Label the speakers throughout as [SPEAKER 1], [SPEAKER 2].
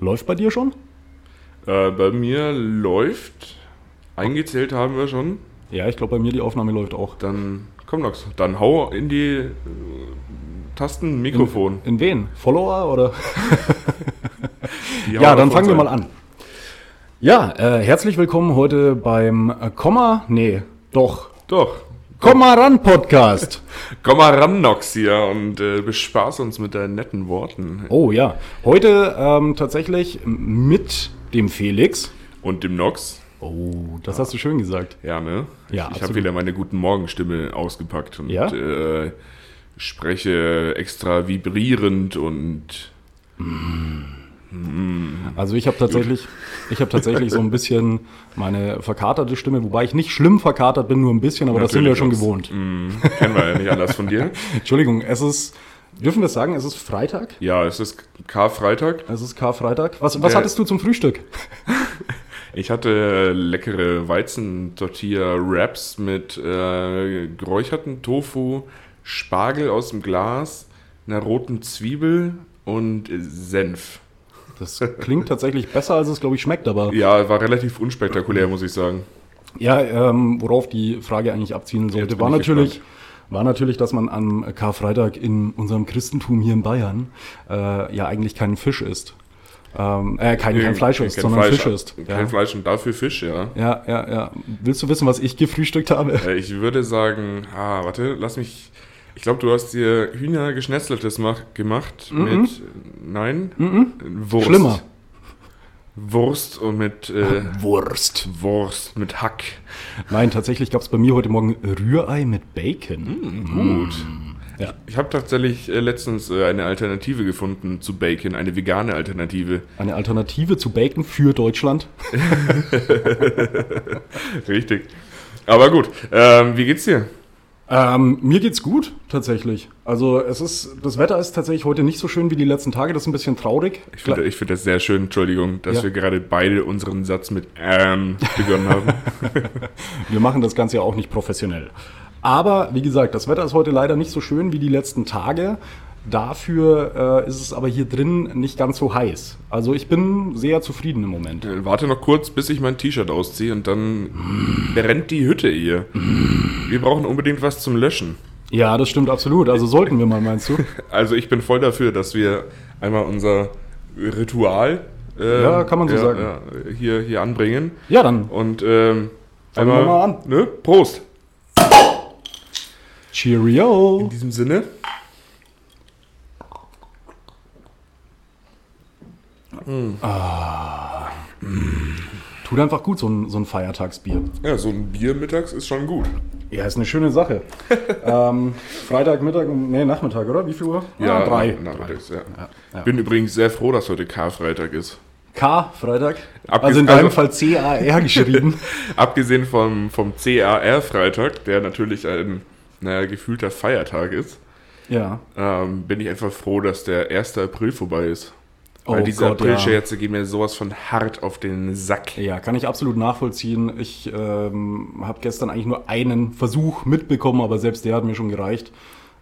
[SPEAKER 1] Läuft bei dir schon?
[SPEAKER 2] Äh, bei mir läuft. Eingezählt haben wir schon.
[SPEAKER 1] Ja, ich glaube, bei mir die Aufnahme läuft auch.
[SPEAKER 2] Dann komm Nox, dann hau in die äh, Tasten Mikrofon.
[SPEAKER 1] In wen? Follower oder?
[SPEAKER 2] Die hauen
[SPEAKER 1] Ja, dann
[SPEAKER 2] auf
[SPEAKER 1] fangen wir
[SPEAKER 2] uns
[SPEAKER 1] mal
[SPEAKER 2] ein.
[SPEAKER 1] an. Ja, äh, herzlich willkommen heute beim äh, Komma, nee, doch,
[SPEAKER 2] Doch.
[SPEAKER 1] Komma ran Podcast.
[SPEAKER 2] Komm mal ran, Nox, hier und äh, bespaß uns mit deinen netten Worten.
[SPEAKER 1] Oh ja, heute ähm, tatsächlich mit dem Felix.
[SPEAKER 2] Und dem Nox.
[SPEAKER 1] Oh, das hast du schön gesagt.
[SPEAKER 2] Ja, ne?
[SPEAKER 1] Ja,
[SPEAKER 2] ich ich habe
[SPEAKER 1] absolut.
[SPEAKER 2] wieder meine guten Morgenstimme ausgepackt und
[SPEAKER 1] Ja?
[SPEAKER 2] äh, spreche extra vibrierend und
[SPEAKER 1] Also ich habe tatsächlich, ich habe tatsächlich so ein bisschen meine verkaterte Stimme, wobei ich nicht schlimm verkatert bin, nur ein bisschen, aber das sind wir ja schon
[SPEAKER 2] Natürlich, Mhm.
[SPEAKER 1] gewohnt.
[SPEAKER 2] mh, hm, kennen wir ja nicht anders von dir.
[SPEAKER 1] Entschuldigung, es ist, dürfen wir es sagen, es ist Freitag?
[SPEAKER 2] Ja, es ist Karfreitag.
[SPEAKER 1] Es ist Karfreitag. Was, was
[SPEAKER 2] Der-
[SPEAKER 1] hattest du zum Frühstück?
[SPEAKER 2] Ich hatte äh, leckere Weizen-Tortilla-Wraps mit äh, geräucherten Tofu, Spargel aus dem Glas, einer roten Zwiebel und äh, Senf.
[SPEAKER 1] Das klingt tatsächlich besser, als es, glaube ich, schmeckt, aber
[SPEAKER 2] Ja, war relativ unspektakulär, muss ich sagen.
[SPEAKER 1] ja, ähm, worauf die Frage eigentlich abziehen
[SPEAKER 2] Jetzt
[SPEAKER 1] sollte,
[SPEAKER 2] bin
[SPEAKER 1] war
[SPEAKER 2] ich
[SPEAKER 1] natürlich, war natürlich, dass man am Karfreitag in unserem Christentum hier in Bayern äh, ja eigentlich keinen Fisch isst. Ähm, äh, kein, kein Fleisch isst,
[SPEAKER 2] Kein
[SPEAKER 1] sondern
[SPEAKER 2] Fleisch,
[SPEAKER 1] Fisch isst.
[SPEAKER 2] Kein
[SPEAKER 1] ja.
[SPEAKER 2] Fleisch und dafür Fisch, ja.
[SPEAKER 1] Ja, ja, ja. Willst du wissen, was ich gefrühstückt habe?
[SPEAKER 2] Äh, Ich würde sagen, ah, warte, lass mich. Ich glaube, du hast dir Hühnergeschnetzeltes mach, gemacht mit. äh, Nein? Wurst.
[SPEAKER 1] Schlimmer.
[SPEAKER 2] Wurst und mit. Äh,
[SPEAKER 1] Wurst.
[SPEAKER 2] Wurst mit Hack.
[SPEAKER 1] Nein, tatsächlich gab es bei mir heute Morgen Rührei mit Bacon.
[SPEAKER 2] Gut.
[SPEAKER 1] Ja.
[SPEAKER 2] Ich habe tatsächlich äh, letztens äh, eine Alternative gefunden zu Bacon, eine vegane Alternative.
[SPEAKER 1] Eine Alternative zu Bacon für Deutschland.
[SPEAKER 2] Richtig. Aber gut, ähm, wie geht's dir?
[SPEAKER 1] Ähm, mir geht's gut, tatsächlich. Also es ist, das Wetter ist tatsächlich heute nicht so schön wie die letzten Tage, das ist ein bisschen traurig.
[SPEAKER 2] Ich finde ich find das sehr schön, Entschuldigung, dass
[SPEAKER 1] Ja.
[SPEAKER 2] wir gerade beide unseren Satz mit ähm begonnen haben.
[SPEAKER 1] Wir machen das Ganze ja auch nicht professionell. Aber wie gesagt, das Wetter ist heute leider nicht so schön wie die letzten Tage. Dafür äh, ist es aber hier drin nicht ganz so heiß. Also ich bin sehr zufrieden im Moment.
[SPEAKER 2] Äh, Warte noch kurz, bis ich mein T-Shirt ausziehe und dann brennt die Hütte hier. Wir brauchen unbedingt was zum Löschen.
[SPEAKER 1] Ja, das stimmt absolut. Also sollten wir mal, meinst du?
[SPEAKER 2] Also ich bin voll dafür, dass wir einmal unser Ritual äh,
[SPEAKER 1] Ja, kann man so sagen.
[SPEAKER 2] ja, hier, hier anbringen.
[SPEAKER 1] Ja, dann
[SPEAKER 2] Und ähm,
[SPEAKER 1] Fangen wir mal an.
[SPEAKER 2] Ne? Prost. In
[SPEAKER 1] Cheerio.
[SPEAKER 2] diesem Sinne.
[SPEAKER 1] Tut einfach gut, so ein, so ein Feiertagsbier.
[SPEAKER 2] Ja, so ein Bier mittags ist schon gut.
[SPEAKER 1] Ja, ist eine schschöne Sache. ähm, Freitag, Mittag, nee, Nachmittag, oder? Wie viel Uhr? Ah, drei.
[SPEAKER 2] Na, nachmittags, ja.
[SPEAKER 1] ja.
[SPEAKER 2] Bin übrigens sehr froh, dass heute Karfreitag ist.
[SPEAKER 1] K, Freitag.
[SPEAKER 2] Abge-
[SPEAKER 1] also in deinem
[SPEAKER 2] also-
[SPEAKER 1] Fall C-A-R geschrieben.
[SPEAKER 2] Abgesehen vom, vom CAR-Freitag, der natürlich ein naja, gefühlter Feiertag ist,
[SPEAKER 1] ja.
[SPEAKER 2] ähm, bin ich einfach froh, dass der 1. April vorbei ist. Weil
[SPEAKER 1] Oh
[SPEAKER 2] diese
[SPEAKER 1] Gott, ja.
[SPEAKER 2] Aprilscherze gehen mir sowas von hart auf den Sack.
[SPEAKER 1] Ja, kann ich absolut nachvollziehen. Ich ähm, habe gestern eigentlich nur einen Versuch mitbekommen, aber selbst der hat mir schon gereicht,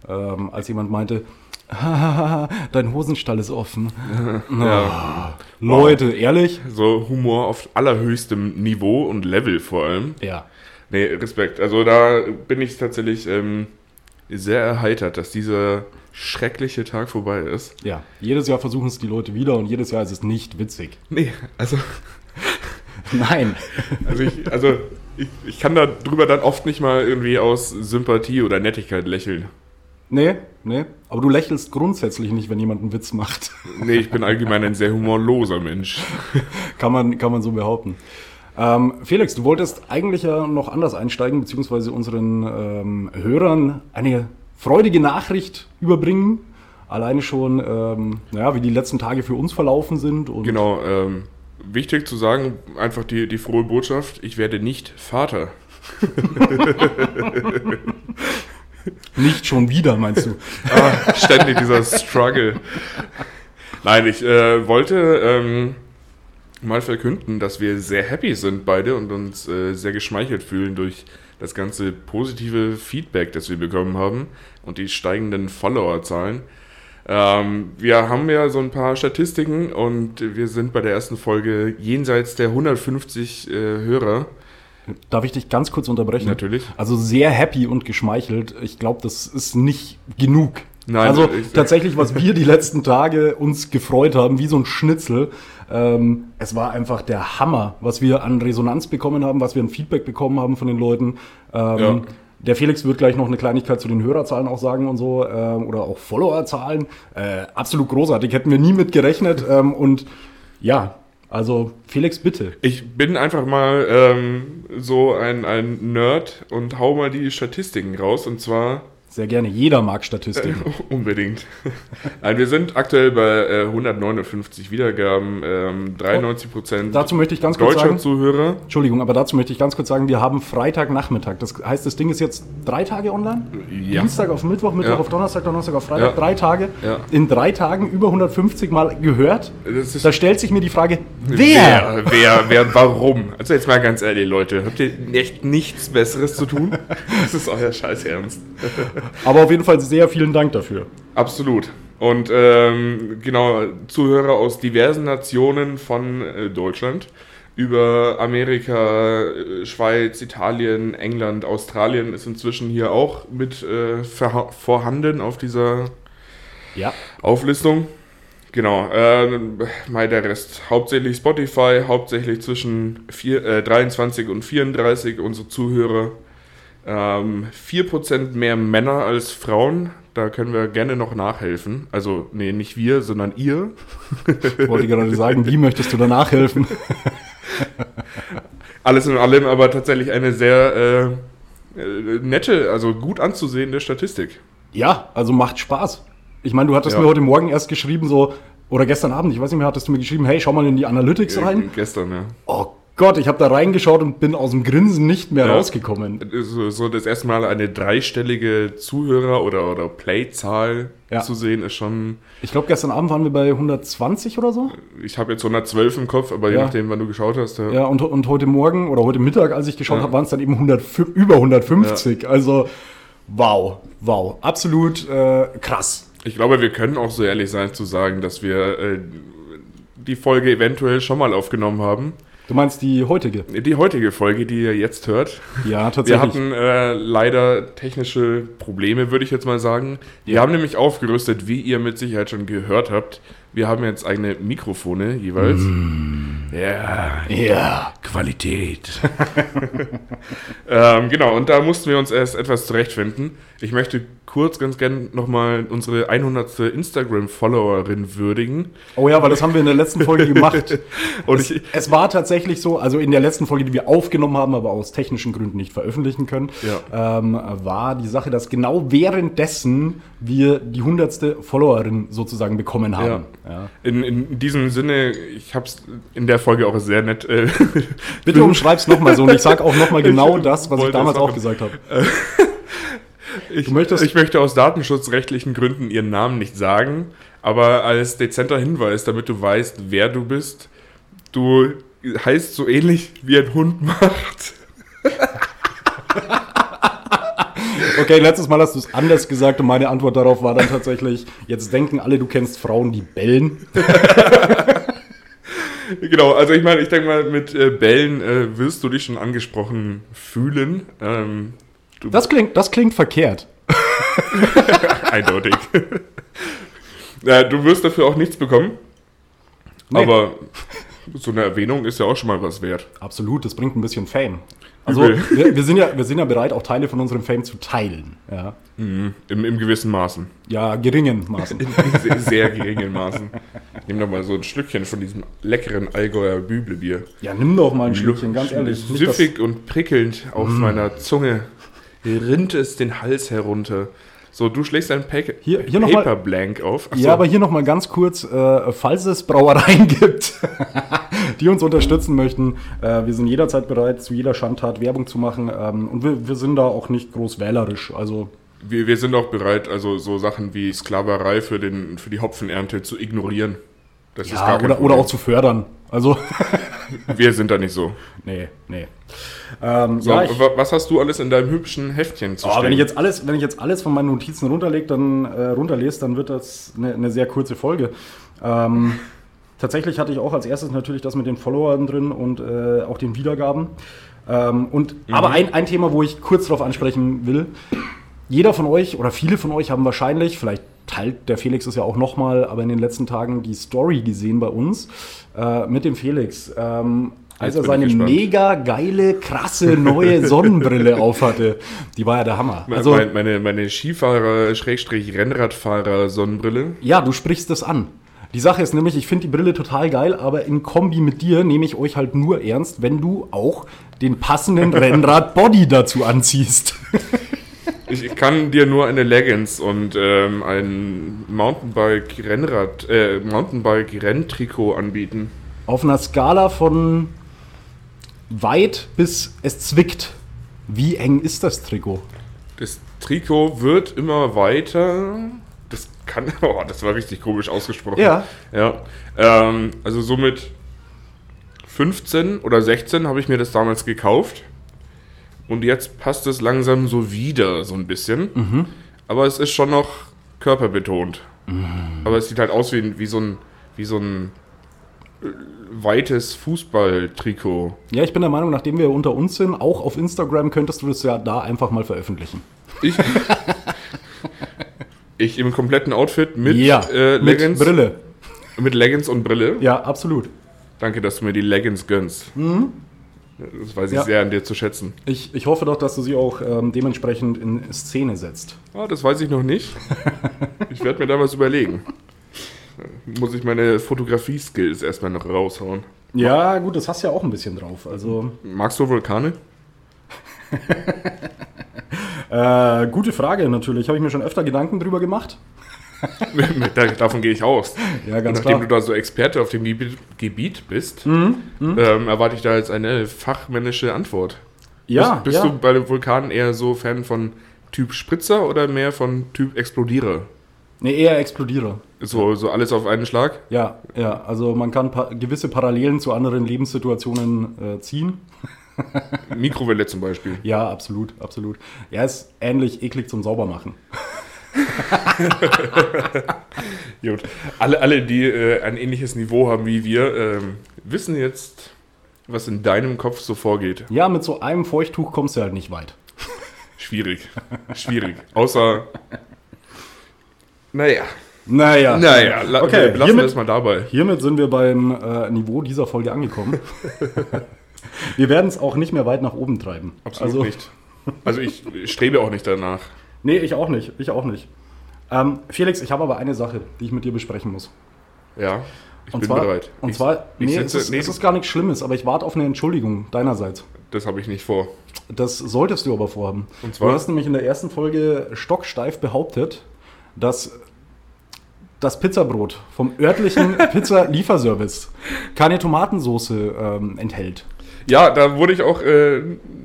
[SPEAKER 1] ähm, als jemand meinte, "Hahaha, dein Hosenstall ist offen. Ah, Leute, ehrlich?
[SPEAKER 2] So Humor auf allerhöchstem Niveau und Level vor allem.
[SPEAKER 1] Ja.
[SPEAKER 2] Nee, Respekt. Also da bin ich tatsächlich ähm, sehr erheitert, dass dieser schreckliche Tag vorbei ist.
[SPEAKER 1] Ja, jedes Jahr versuchen es die Leute wieder und jedes Jahr ist es nicht witzig.
[SPEAKER 2] Nee, also,
[SPEAKER 1] Nein.
[SPEAKER 2] also, ich, also ich, ich kann darüber dann oft nicht mal irgendwie aus Sympathie oder Nettigkeit lächeln.
[SPEAKER 1] Nee, nee. Aber du lächelst grundsätzlich nicht, wenn jemand einen Witz macht.
[SPEAKER 2] Nee, ich bin allgemein ein sehr humorloser Mensch.
[SPEAKER 1] kann, man, kann man so behaupten. Ähm, Felix, du wolltest eigentlich ja noch anders einsteigen, beziehungsweise unseren ähm, Hörern eine freudige Nachricht überbringen. Alleine schon, ähm, naja, wie die letzten Tage für uns verlaufen sind. Und
[SPEAKER 2] Genau, ähm, wichtig zu sagen, einfach die, die frohe Botschaft, ich werde nicht Vater.
[SPEAKER 1] nicht schon wieder, meinst du?
[SPEAKER 2] Ah, ständig dieser Struggle. Nein, ich äh, wollte ähm, mal verkünden, dass wir sehr happy sind beide und uns äh, sehr geschmeichelt fühlen durch das ganze positive Feedback, das wir bekommen haben und die steigenden Followerzahlen. Ähm, wir haben ja so ein paar Statistiken und wir sind bei der ersten Folge jenseits der 150 äh, Hörer.
[SPEAKER 1] Darf ich dich ganz kurz unterbrechen?
[SPEAKER 2] Natürlich.
[SPEAKER 1] Also sehr happy und geschmeichelt. Ich glaube, das ist nicht genug.
[SPEAKER 2] Nein,
[SPEAKER 1] also
[SPEAKER 2] ich-
[SPEAKER 1] tatsächlich, was wir die letzten Tage uns gefreut haben, wie so ein Schnitzel. Ähm, es war einfach der Hammer, was wir an Resonanz bekommen haben, was wir an Feedback bekommen haben von den Leuten. Ähm,
[SPEAKER 2] Ja.
[SPEAKER 1] Der Felix wird gleich noch eine Kleinigkeit zu den Hörerzahlen auch sagen und so, ähm, oder auch Followerzahlen. Äh, absolut großartig, hätten wir nie mit gerechnet. Ähm, und ja, also Felix, bitte.
[SPEAKER 2] Ich bin einfach mal ähm, so ein, ein Nerd und hau mal die Statistiken raus und zwar
[SPEAKER 1] Sehr gerne. Jeder mag Statistiken.
[SPEAKER 2] unbedingt. Nein, wir sind aktuell bei äh, 159 Wiedergaben, ähm, 93 Prozent
[SPEAKER 1] Dazu möchte ich ganz kurz
[SPEAKER 2] deutscher
[SPEAKER 1] sagen.
[SPEAKER 2] Zuhörer.
[SPEAKER 1] Entschuldigung, aber dazu möchte ich ganz kurz sagen, wir haben Freitagnachmittag. Das heißt, das Ding ist jetzt drei Tage online?
[SPEAKER 2] Ja.
[SPEAKER 1] Dienstag auf Mittwoch, Mittwoch
[SPEAKER 2] Ja.
[SPEAKER 1] auf Donnerstag, Donnerstag auf Freitag,
[SPEAKER 2] Ja.
[SPEAKER 1] drei Tage.
[SPEAKER 2] Ja.
[SPEAKER 1] In drei Tagen über 150 Mal gehört.
[SPEAKER 2] Das ist-
[SPEAKER 1] da stellt sich mir die Frage, wer?
[SPEAKER 2] Wer? Wer, wer, warum? Also jetzt mal ganz ehrlich, Leute, habt ihr echt nichts Besseres zu tun? Das ist euer Scheiß Ernst.
[SPEAKER 1] Aber auf jeden Fall sehr vielen Dank dafür.
[SPEAKER 2] Absolut. Und ähm, genau, Zuhörer aus diversen Nationen von äh, Deutschland über Amerika, äh, Schweiz, Italien, England, Australien ist inzwischen hier auch mit äh, verha- vorhanden auf dieser
[SPEAKER 1] Ja.
[SPEAKER 2] Auflistung. Genau, äh, mal der Rest. Hauptsächlich Spotify, hauptsächlich zwischen vier, äh, 23 und 34 unsere Zuhörer. Ähm, 4% mehr Männer als Frauen, da können wir gerne noch nachhelfen. Also, nee, nicht wir, sondern ihr.
[SPEAKER 1] Ich wollte gerade sagen, wie möchtest du da nachhelfen?
[SPEAKER 2] Alles in allem aber tatsächlich eine sehr äh, äh, nette, also gut anzusehende Statistik.
[SPEAKER 1] Ja, also macht Spaß. Ich meine, du hattest
[SPEAKER 2] Ja.
[SPEAKER 1] mir heute Morgen erst geschrieben, so, oder gestern Abend, ich weiß nicht mehr, hattest du mir geschrieben, hey, schau mal in die Analytics rein.
[SPEAKER 2] Äh, Gestern, ja.
[SPEAKER 1] Oh Gott, ich habe da reingeschaut und bin aus dem Grinsen nicht mehr
[SPEAKER 2] Ja.
[SPEAKER 1] rausgekommen.
[SPEAKER 2] so, so das erste Mal eine dreistellige Zuhörer- oder, oder Playzahl
[SPEAKER 1] Ja.
[SPEAKER 2] zu sehen, ist schon.
[SPEAKER 1] Ich glaube, gestern Abend waren wir bei 120 oder so.
[SPEAKER 2] Ich habe jetzt 112 im Kopf, aber je
[SPEAKER 1] Ja.
[SPEAKER 2] nachdem, wann du geschaut hast. Ja.
[SPEAKER 1] Ja, und, und heute Morgen oder heute Mittag, als ich geschaut
[SPEAKER 2] Ja.
[SPEAKER 1] habe, waren es dann eben 105, über 150. Also, wow, wow, absolut äh, krass.
[SPEAKER 2] Ich glaube, wir können auch so ehrlich sein zu sagen, dass wir äh, die Folge eventuell schon mal aufgenommen haben.
[SPEAKER 1] Du meinst die heutige?
[SPEAKER 2] Die heutige Folge, die ihr jetzt hört.
[SPEAKER 1] Ja,
[SPEAKER 2] Wir
[SPEAKER 1] tatsächlich.
[SPEAKER 2] hatten äh, leider technische Probleme, würde ich jetzt mal sagen. Wir haben nämlich aufgerüstet, wie ihr mit Sicherheit schon gehört habt. Wir haben jetzt eigene Mikrofone jeweils.
[SPEAKER 1] Mm.
[SPEAKER 2] Ja,
[SPEAKER 1] ja.
[SPEAKER 2] Qualität. ähm, genau, und da mussten wir uns erst etwas zurechtfinden. Ich möchte kurz ganz gern nochmal unsere 100. Instagram-Followerin würdigen.
[SPEAKER 1] Oh ja, weil das haben wir in der letzten Folge gemacht.
[SPEAKER 2] Und ich,
[SPEAKER 1] Es war tatsächlich so, also in der letzten Folge, die wir aufgenommen haben, aber aus technischen Gründen nicht veröffentlichen können, ähm, war die Sache, dass genau währenddessen wir die hundertste Followerin sozusagen bekommen haben. Ja.
[SPEAKER 2] in, in diesem Sinne, ich habe es in der Folge auch sehr nett äh,
[SPEAKER 1] Bitte umschreib's nochmal so und ich sag auch nochmal genau
[SPEAKER 2] Ich
[SPEAKER 1] das, was ich
[SPEAKER 2] wollte
[SPEAKER 1] damals
[SPEAKER 2] es
[SPEAKER 1] auch
[SPEAKER 2] auch-
[SPEAKER 1] gesagt habe.
[SPEAKER 2] Ich,
[SPEAKER 1] Du möchtest-
[SPEAKER 2] ich möchte aus datenschutzrechtlichen Gründen ihren Namen nicht sagen, aber als dezenter Hinweis, damit du weißt, wer du bist, du heißt so ähnlich wie ein Hund macht.
[SPEAKER 1] Okay, letztes Mal hast du es anders gesagt und meine Antwort darauf war dann tatsächlich, jetzt denken alle, du kennst Frauen, die bellen.
[SPEAKER 2] Genau, also ich meine, ich denke mal, mit äh, Bällen äh, wirst du dich schon angesprochen fühlen. Ähm, du
[SPEAKER 1] Das klingt, das klingt verkehrt.
[SPEAKER 2] eindeutig. ja, du wirst dafür auch nichts bekommen,
[SPEAKER 1] Nee.
[SPEAKER 2] aber so eine Erwähnung ist ja auch schon mal was wert.
[SPEAKER 1] Absolut, das bringt ein bisschen Fame. Also
[SPEAKER 2] Übel.
[SPEAKER 1] wir, wir, sind ja, wir sind ja bereit, auch Teile von unserem Fame zu teilen. Ja,
[SPEAKER 2] Mhm. Im, im gewissen Maßen.
[SPEAKER 1] ja geringen Maßen.
[SPEAKER 2] sehr, sehr geringen Maßen. Nimm doch mal so ein Schlückchen von diesem leckeren Allgäuer Büblebier.
[SPEAKER 1] Ja, nimm doch mal ein Schlückchen, ganz ehrlich. Nicht das, Mm.
[SPEAKER 2] Süffig und prickelnd auf meiner Zunge. Rinnt es den Hals herunter. So, du schlägst ein Pack
[SPEAKER 1] Hier- hier noch mal-
[SPEAKER 2] Paper Blank auf. Ach so.
[SPEAKER 1] ja, aber hier nochmal ganz kurz, äh, falls es Brauereien gibt, die uns unterstützen möchten, äh, wir sind jederzeit bereit, zu jeder Schandtat Werbung zu machen ähm, und wir, wir sind da auch nicht groß wählerisch. Also
[SPEAKER 2] wir, wir sind auch bereit, also so Sachen wie Sklaverei für, den, für die Hopfenernte zu ignorieren. Das
[SPEAKER 1] Ja,
[SPEAKER 2] kein
[SPEAKER 1] oder, oder
[SPEAKER 2] Problem.
[SPEAKER 1] auch zu fördern. Also
[SPEAKER 2] Wir sind da nicht so.
[SPEAKER 1] Nee, nee. Ähm,
[SPEAKER 2] so
[SPEAKER 1] ja, ich,
[SPEAKER 2] wa- was hast du alles in deinem hübschen Heftchen zu
[SPEAKER 1] oh,
[SPEAKER 2] stehen?
[SPEAKER 1] wenn, ich jetzt alles, wenn ich jetzt alles von meinen Notizen runterleg, dann, äh, runterlese, dann wird das eine, eine sehr kurze Folge. Ähm, tatsächlich hatte ich auch als erstes natürlich das mit den Followern drin und äh, auch den Wiedergaben. Ähm,
[SPEAKER 2] Mhm.
[SPEAKER 1] und, Aber ein, ein Thema, wo ich kurz drauf ansprechen will. Jeder von euch oder viele von euch haben wahrscheinlich, vielleicht teilt der Felix es ja auch nochmal, aber in den letzten Tagen die Story gesehen bei uns äh, mit dem Felix, ähm, als
[SPEAKER 2] Jetzt
[SPEAKER 1] er
[SPEAKER 2] bin ich
[SPEAKER 1] seine
[SPEAKER 2] gespannt.
[SPEAKER 1] mega geile, krasse neue Sonnenbrille aufhatte. Die war ja der Hammer.
[SPEAKER 2] also,
[SPEAKER 1] Also,
[SPEAKER 2] meine, meine, meine Skifahrer-Rennradfahrer-Sonnenbrille.
[SPEAKER 1] ja, du sprichst es an. Die Sache ist nämlich, ich finde die Brille total geil, aber in Kombi mit dir nehme ich euch halt nur ernst, wenn du auch den passenden Rennrad-Body dazu anziehst.
[SPEAKER 2] Ich ich kann dir nur eine Leggings und ähm, ein Mountainbike-Rennrad, äh, Mountainbike-Renntrikot anbieten.
[SPEAKER 1] Auf einer Skala von weit bis es zwickt. Wie eng ist das Trikot?
[SPEAKER 2] Das Trikot wird immer weiter. Das kann. Oh, das war richtig komisch ausgesprochen.
[SPEAKER 1] Ja.
[SPEAKER 2] Ja. Ähm, also somit 15 oder 16 habe ich mir das damals gekauft. Und jetzt passt es langsam so wieder, so ein bisschen.
[SPEAKER 1] Mhm.
[SPEAKER 2] Aber es ist schon noch körperbetont.
[SPEAKER 1] Mhm.
[SPEAKER 2] Aber es sieht halt aus wie, ein- wie so ein, wie so ein äh, weites Fußballtrikot.
[SPEAKER 1] Ja, ich bin der Meinung, nachdem wir unter uns sind, auch auf Instagram könntest du das ja da einfach mal veröffentlichen.
[SPEAKER 2] Ich, ich im kompletten Outfit mit, äh,
[SPEAKER 1] mit
[SPEAKER 2] Leggings, mit,
[SPEAKER 1] Brille.
[SPEAKER 2] Leggings und Brille.
[SPEAKER 1] Ja, absolut.
[SPEAKER 2] Danke, dass du mir die Leggings gönnst. Das weiß ich
[SPEAKER 1] Hm? Ja.
[SPEAKER 2] sehr an dir zu schätzen.
[SPEAKER 1] Ich, ich hoffe doch, dass du sie auch ähm, dementsprechend in Szene setzt.
[SPEAKER 2] Ah, das weiß ich noch nicht. Ich werde mir da was überlegen. Muss ich meine Fotografie-Skills erstmal noch raushauen.
[SPEAKER 1] Ja, gut, das hast du ja auch ein bisschen drauf. Also,
[SPEAKER 2] Magst du Vulkane?
[SPEAKER 1] äh, gute Frage natürlich. Habe ich mir schon öfter Gedanken drüber gemacht.
[SPEAKER 2] Da- Davon gehe ich aus.
[SPEAKER 1] Ja, ganz
[SPEAKER 2] Nachdem
[SPEAKER 1] klar. Hm?
[SPEAKER 2] du da so Experte auf dem Gebiet, Gebiet bist, Ähm, erwarte ich da jetzt eine fachmännische Antwort.
[SPEAKER 1] Ja,
[SPEAKER 2] bist bist
[SPEAKER 1] ja.
[SPEAKER 2] du bei den Vulkanen eher so Fan von Typ Spritzer oder mehr von Typ Explodierer?
[SPEAKER 1] Nee, eher Explodierer.
[SPEAKER 2] So, so alles auf einen Schlag?
[SPEAKER 1] Ja, ja, also man kann pa gewisse Parallelen zu anderen Lebenssituationen äh, ziehen.
[SPEAKER 2] Mikrowelle zum Beispiel.
[SPEAKER 1] Ja, absolut, absolut. Er ist ähnlich eklig zum Saubermachen.
[SPEAKER 2] Gut. Alle, alle die äh, ein ähnliches Niveau haben wie wir, ähm, wissen jetzt, was in deinem Kopf so vorgeht.
[SPEAKER 1] Ja, mit so einem Feuchttuch kommst du halt nicht weit.
[SPEAKER 2] Schwierig. Schwierig. Außer. Naja.
[SPEAKER 1] Naja.
[SPEAKER 2] Naja, la
[SPEAKER 1] okay,
[SPEAKER 2] okay, lassen wir
[SPEAKER 1] hiermit,
[SPEAKER 2] es mal dabei.
[SPEAKER 1] hiermit sind wir beim äh, Niveau dieser Folge angekommen. wir werden es auch nicht mehr weit nach oben treiben.
[SPEAKER 2] Absolut
[SPEAKER 1] also,
[SPEAKER 2] nicht. Also ich strebe auch nicht danach.
[SPEAKER 1] Nee, ich auch nicht. Ich auch nicht. Ähm, Felix, ich habe aber eine Sache, die ich mit dir besprechen muss.
[SPEAKER 2] Ja, ich
[SPEAKER 1] Und
[SPEAKER 2] bin
[SPEAKER 1] zwar,
[SPEAKER 2] bereit.
[SPEAKER 1] Und
[SPEAKER 2] ich,
[SPEAKER 1] zwar,
[SPEAKER 2] ich
[SPEAKER 1] nee,
[SPEAKER 2] sitze,
[SPEAKER 1] es, ist,
[SPEAKER 2] nee,
[SPEAKER 1] es ist gar nichts Schlimmes, aber ich warte auf eine Entschuldigung deinerseits.
[SPEAKER 2] das habe ich nicht vor.
[SPEAKER 1] Das solltest du aber vorhaben.
[SPEAKER 2] Und zwar?
[SPEAKER 1] Du hast nämlich in der ersten Folge stocksteif behauptet, dass das Pizzabrot vom örtlichen Pizza-Lieferservice keine Tomatensauce ähm, enthält.
[SPEAKER 2] Ja, da wurde ich auch äh,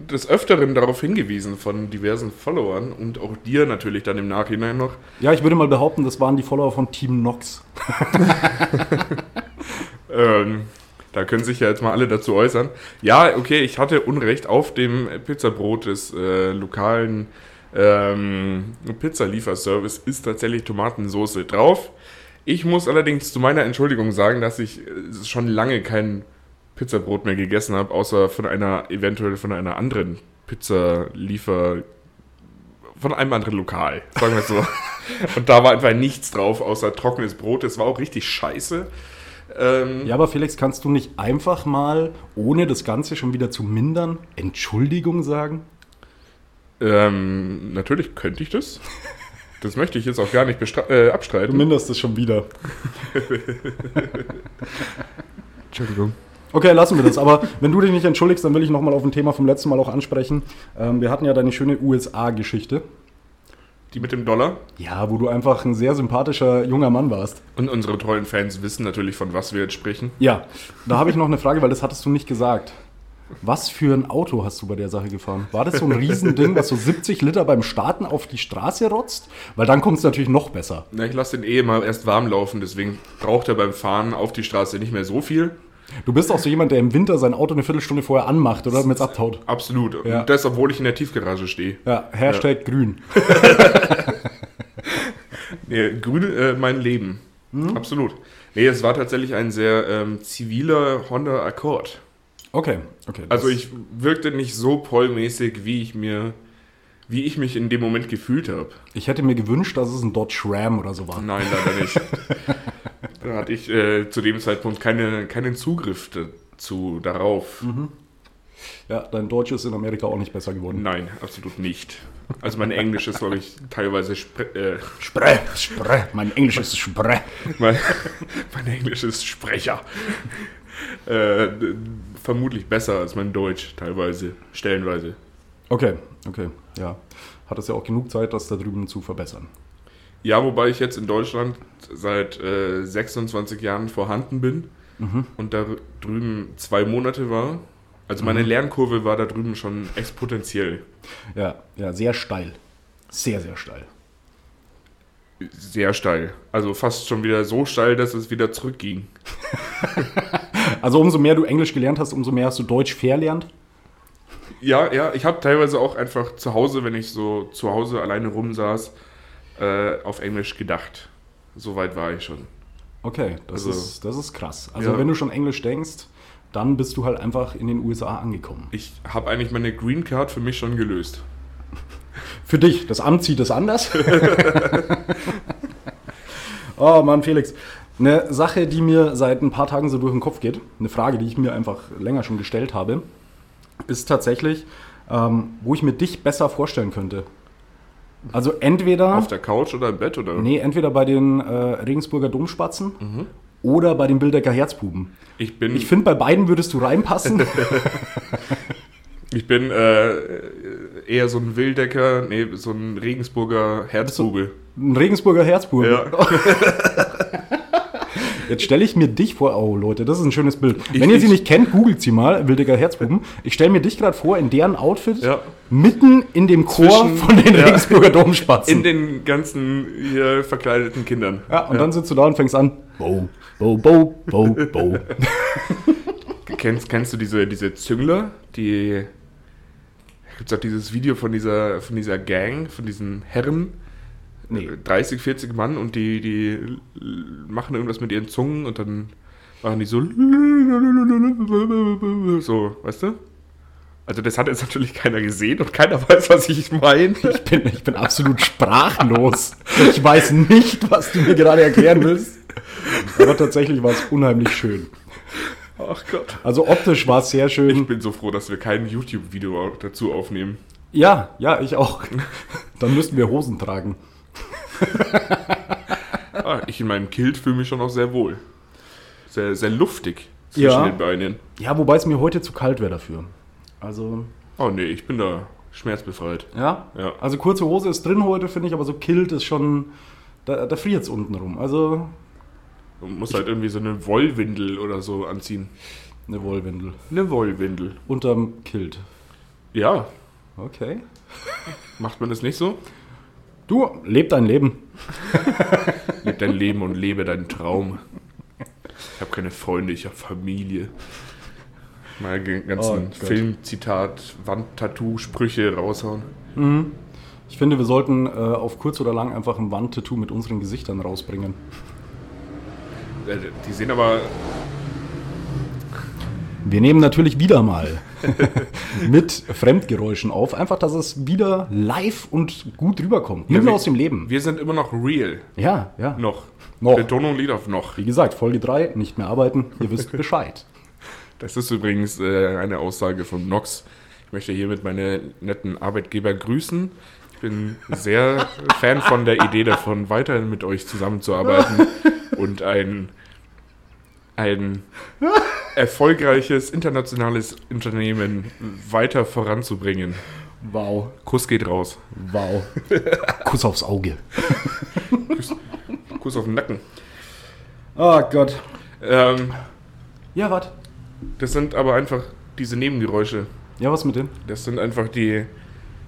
[SPEAKER 2] des Öfteren darauf hingewiesen von diversen Followern und auch dir natürlich dann im Nachhinein noch.
[SPEAKER 1] Ja, ich würde mal behaupten, das waren die Follower von Team Nox.
[SPEAKER 2] Ähm, da können sich ja jetzt mal alle dazu äußern. Ja, okay, ich hatte Unrecht auf dem Pizzabrot des äh, lokalen ähm, Pizzalieferservice ist tatsächlich Tomatensauce drauf. Ich muss allerdings zu meiner Entschuldigung sagen, dass ich äh, schon lange kein Pizzabrot mehr gegessen habe, außer von einer, eventuell von einer anderen Pizzaliefer, von einem anderen Lokal, sagen wir es so. Und da war einfach nichts drauf, außer trockenes Brot. Das war auch richtig scheiße. Ähm,
[SPEAKER 1] Ja, aber Felix, kannst du nicht einfach mal, ohne das Ganze schon wieder zu mindern, Entschuldigung sagen?
[SPEAKER 2] Ähm, natürlich könnte ich das. Das möchte ich jetzt auch gar nicht bestra- äh, abstreiten.
[SPEAKER 1] minderst es schon wieder.
[SPEAKER 2] Entschuldigung.
[SPEAKER 1] Okay, lassen wir das. Aber wenn du dich nicht entschuldigst, dann will ich nochmal auf ein Thema vom letzten Mal auch ansprechen. Ähm, wir hatten ja deine schöne USA-Geschichte.
[SPEAKER 2] Die mit dem Dollar.
[SPEAKER 1] Ja, wo du einfach ein sehr sympathischer junger Mann warst.
[SPEAKER 2] Und unsere treuen Fans wissen natürlich, von was wir jetzt sprechen.
[SPEAKER 1] Ja, da habe ich noch eine Frage, weil das hattest du nicht gesagt. Was für ein Auto hast du bei der Sache gefahren? War das so ein Riesending, was so 70 Liter beim Starten auf die Straße rotzt? Weil dann kommt es natürlich noch besser.
[SPEAKER 2] Na, ich lasse den eh mal erst warm laufen, deswegen braucht er beim Fahren auf die Straße nicht mehr so viel.
[SPEAKER 1] Du bist auch so jemand, der im Winter sein Auto eine Viertelstunde vorher anmacht, oder? Damit es abtaut.
[SPEAKER 2] Absolut.
[SPEAKER 1] Ja.
[SPEAKER 2] Und das, obwohl ich in der Tiefgarage stehe.
[SPEAKER 1] Ja, Hashtag grün.
[SPEAKER 2] Nee, grün, äh, mein Leben.
[SPEAKER 1] Mhm.
[SPEAKER 2] Absolut. Nee, es war tatsächlich ein sehr ähm, ziviler Honda Accord.
[SPEAKER 1] Okay, okay.
[SPEAKER 2] Also
[SPEAKER 1] das-
[SPEAKER 2] ich wirkte nicht so pollmäßig, wie ich mir, wie ich mich in dem Moment gefühlt habe.
[SPEAKER 1] ich hätte mir gewünscht, dass es ein Dodge Ram oder so war.
[SPEAKER 2] Nein, leider nicht. da hatte ich äh, zu dem Zeitpunkt keine, keinen Zugriff dazu darauf.
[SPEAKER 1] Ja, dein Deutsch ist in Amerika auch nicht besser geworden.
[SPEAKER 2] Nenein, absolut nicht. Also mein Englisch ist, glaube ich, teilweise spre äh,
[SPEAKER 1] Spreh, Spreh. Mein Englisch ist Spreh.
[SPEAKER 2] mein, mein Englisch ist Sprecher. Äh, d- vermutlich besser als mein Deutsch teilweise, stellenweise.
[SPEAKER 1] Okay, okay, ja. Hattest ja auch genug Zeit, das da drüben zu verbessern.
[SPEAKER 2] Ja, wobei ich jetzt in Deutschland seit äh, 26 Jahren vorhanden bin und da drüben zwei Monate war. Also meine Lernkurve war da drüben schon exponentiell.
[SPEAKER 1] Ja, ja, sehr steil. Sehr, sehr steil.
[SPEAKER 2] Sehr steil. Also fast schon wieder so steil, dass es wieder zurückging.
[SPEAKER 1] Also umso mehr du Englisch gelernt hast, umso mehr hast du Deutsch verlernt.
[SPEAKER 2] Ja, ja, ich habe teilweise auch einfach zu Hause, wenn ich so zu Hause alleine rumsaß, äh, auf Englisch gedacht. So weit war ich schon.
[SPEAKER 1] Okay, das,
[SPEAKER 2] Also-
[SPEAKER 1] ist, das ist krass. Also
[SPEAKER 2] Ja.
[SPEAKER 1] wenn du schon Englisch denkst, dann bist du halt einfach in den USA angekommen.
[SPEAKER 2] Ich habe eigentlich meine Green Card für mich schon gelöst.
[SPEAKER 1] Für dich, das Amt sieht es anders. oh Mann, Felix. Eine Sache, die mir seit ein paar Tagen so durch den Kopf geht, eine Frage, die ich mir einfach länger schon gestellt habe, ist tatsächlich, ähm, wo ich mir dich besser vorstellen könnte. Also entweder...
[SPEAKER 2] Auf der Couch oder im Bett oder?
[SPEAKER 1] Nee, entweder bei den äh, Regensburger Domspatzen oder bei den Bildecker Herzbuben.
[SPEAKER 2] Ich bin,
[SPEAKER 1] Ich finde, bei beiden würdest du reinpassen.
[SPEAKER 2] ich bin äh, eher so ein Wildecker, nee, so ein Regensburger Herzbube.
[SPEAKER 1] Ein Regensburger Herzbuben.
[SPEAKER 2] Ja.
[SPEAKER 1] Jetzt stelle ich mir dich vor. Oh, Leute, das ist ein schönes Bild.
[SPEAKER 2] Ich-
[SPEAKER 1] Wenn ihr sie
[SPEAKER 2] ich-
[SPEAKER 1] nicht kennt, googelt sie mal, Wildecker Herzbuben. Ich stelle mir dich gerade vor in deren Outfit,
[SPEAKER 2] Ja.
[SPEAKER 1] mitten in dem Chor
[SPEAKER 2] Zwischen-
[SPEAKER 1] von den
[SPEAKER 2] Ja.
[SPEAKER 1] Regensburger Domspatzen.
[SPEAKER 2] In den ganzen hier verkleideten Kindern.
[SPEAKER 1] ja, und dann sitzt du da und fängst an. Bo, bo, bo, bo, bo.
[SPEAKER 2] Kennst, kennst du diese, diese Züngler? Die. Da gibt es auch dieses Video von dieser, von dieser Gang, von diesen Herren.
[SPEAKER 1] Nee.
[SPEAKER 2] 30, 40 Mann und die, die l- machen irgendwas mit ihren Zungen und dann machen die so. So, weißt du? Also, das hat jetzt natürlich keiner gesehen und keiner weiß, was ich meine.
[SPEAKER 1] Ich bin, ich bin absolut sprachlos. Ich weiß nicht, was du mir gerade erklären willst. Aber tatsächlich war es unheimlich schön.
[SPEAKER 2] Ach Gott.
[SPEAKER 1] Also optisch war es sehr
[SPEAKER 2] Ich
[SPEAKER 1] schön.
[SPEAKER 2] bin so froh, dass wir kein YouTube-Video au- dazu aufnehmen.
[SPEAKER 1] Ja, ja, ich auch. Dann müssten wir Hosen tragen.
[SPEAKER 2] Ah, ich in meinem Kilt fühle mich schon auch sehr wohl. Sehr, sehr luftig zwischen
[SPEAKER 1] Ja.
[SPEAKER 2] den Beinen.
[SPEAKER 1] Ja, wobei es mir heute zu kalt wäre dafür. Also,
[SPEAKER 2] Oh nee, ich bin da schmerzbefreit.
[SPEAKER 1] ja?
[SPEAKER 2] Ja.
[SPEAKER 1] Also kurze Hose ist drin heute, finde ich, aber so Kilt ist schon, da, da friert es unten rum. Also
[SPEAKER 2] Man muss halt irgendwie so eine Wollwindel oder so anziehen.
[SPEAKER 1] eine Wollwindel.
[SPEAKER 2] Eine Wollwindel.
[SPEAKER 1] Unterm Kilt.
[SPEAKER 2] Ja,
[SPEAKER 1] Okay.
[SPEAKER 2] macht man das nicht so?
[SPEAKER 1] Du, leb dein Leben.
[SPEAKER 2] Leb dein Leben und lebe deinen Traum. Ich habe keine Freunde, ich habe Familie. Mal den
[SPEAKER 1] Oh
[SPEAKER 2] ganzen
[SPEAKER 1] Gott.
[SPEAKER 2] Filmzitat, Wandtattoo-Sprüche raushauen.
[SPEAKER 1] Ich finde, wir sollten äh, auf kurz oder lang einfach ein Wandtattoo mit unseren Gesichtern rausbringen.
[SPEAKER 2] Äh, Die sehen aber
[SPEAKER 1] Wir nehmen natürlich wieder mal mit Fremdgeräuschen auf, einfach, dass es wieder live und gut rüberkommt. Mitten
[SPEAKER 2] wir-
[SPEAKER 1] aus dem Leben.
[SPEAKER 2] Wir sind immer noch real.
[SPEAKER 1] Ja, ja.
[SPEAKER 2] Noch.
[SPEAKER 1] Noch.
[SPEAKER 2] Betonung liegt auf noch.
[SPEAKER 1] Wie gesagt, Folge 3, nicht mehr arbeiten, ihr wisst Bescheid.
[SPEAKER 2] Das ist übrigens äh, eine Aussage von Nox. Ich möchte hiermit meine netten Arbeitgeber grüßen. Ich bin sehr Fan von der Idee davon, weiter mit euch zusammenzuarbeiten und ein, ein erfolgreiches internationales Unternehmen weiter voranzubringen.
[SPEAKER 1] Wow,
[SPEAKER 2] Kuss geht raus.
[SPEAKER 1] wow. Kuss aufs Auge.
[SPEAKER 2] Kuss auf den Nacken.
[SPEAKER 1] Oh Gott.
[SPEAKER 2] Ähm,
[SPEAKER 1] Ja, was?
[SPEAKER 2] das sind aber einfach diese Nebengeräusche.
[SPEAKER 1] Ja, was mit dem?
[SPEAKER 2] Das sind einfach die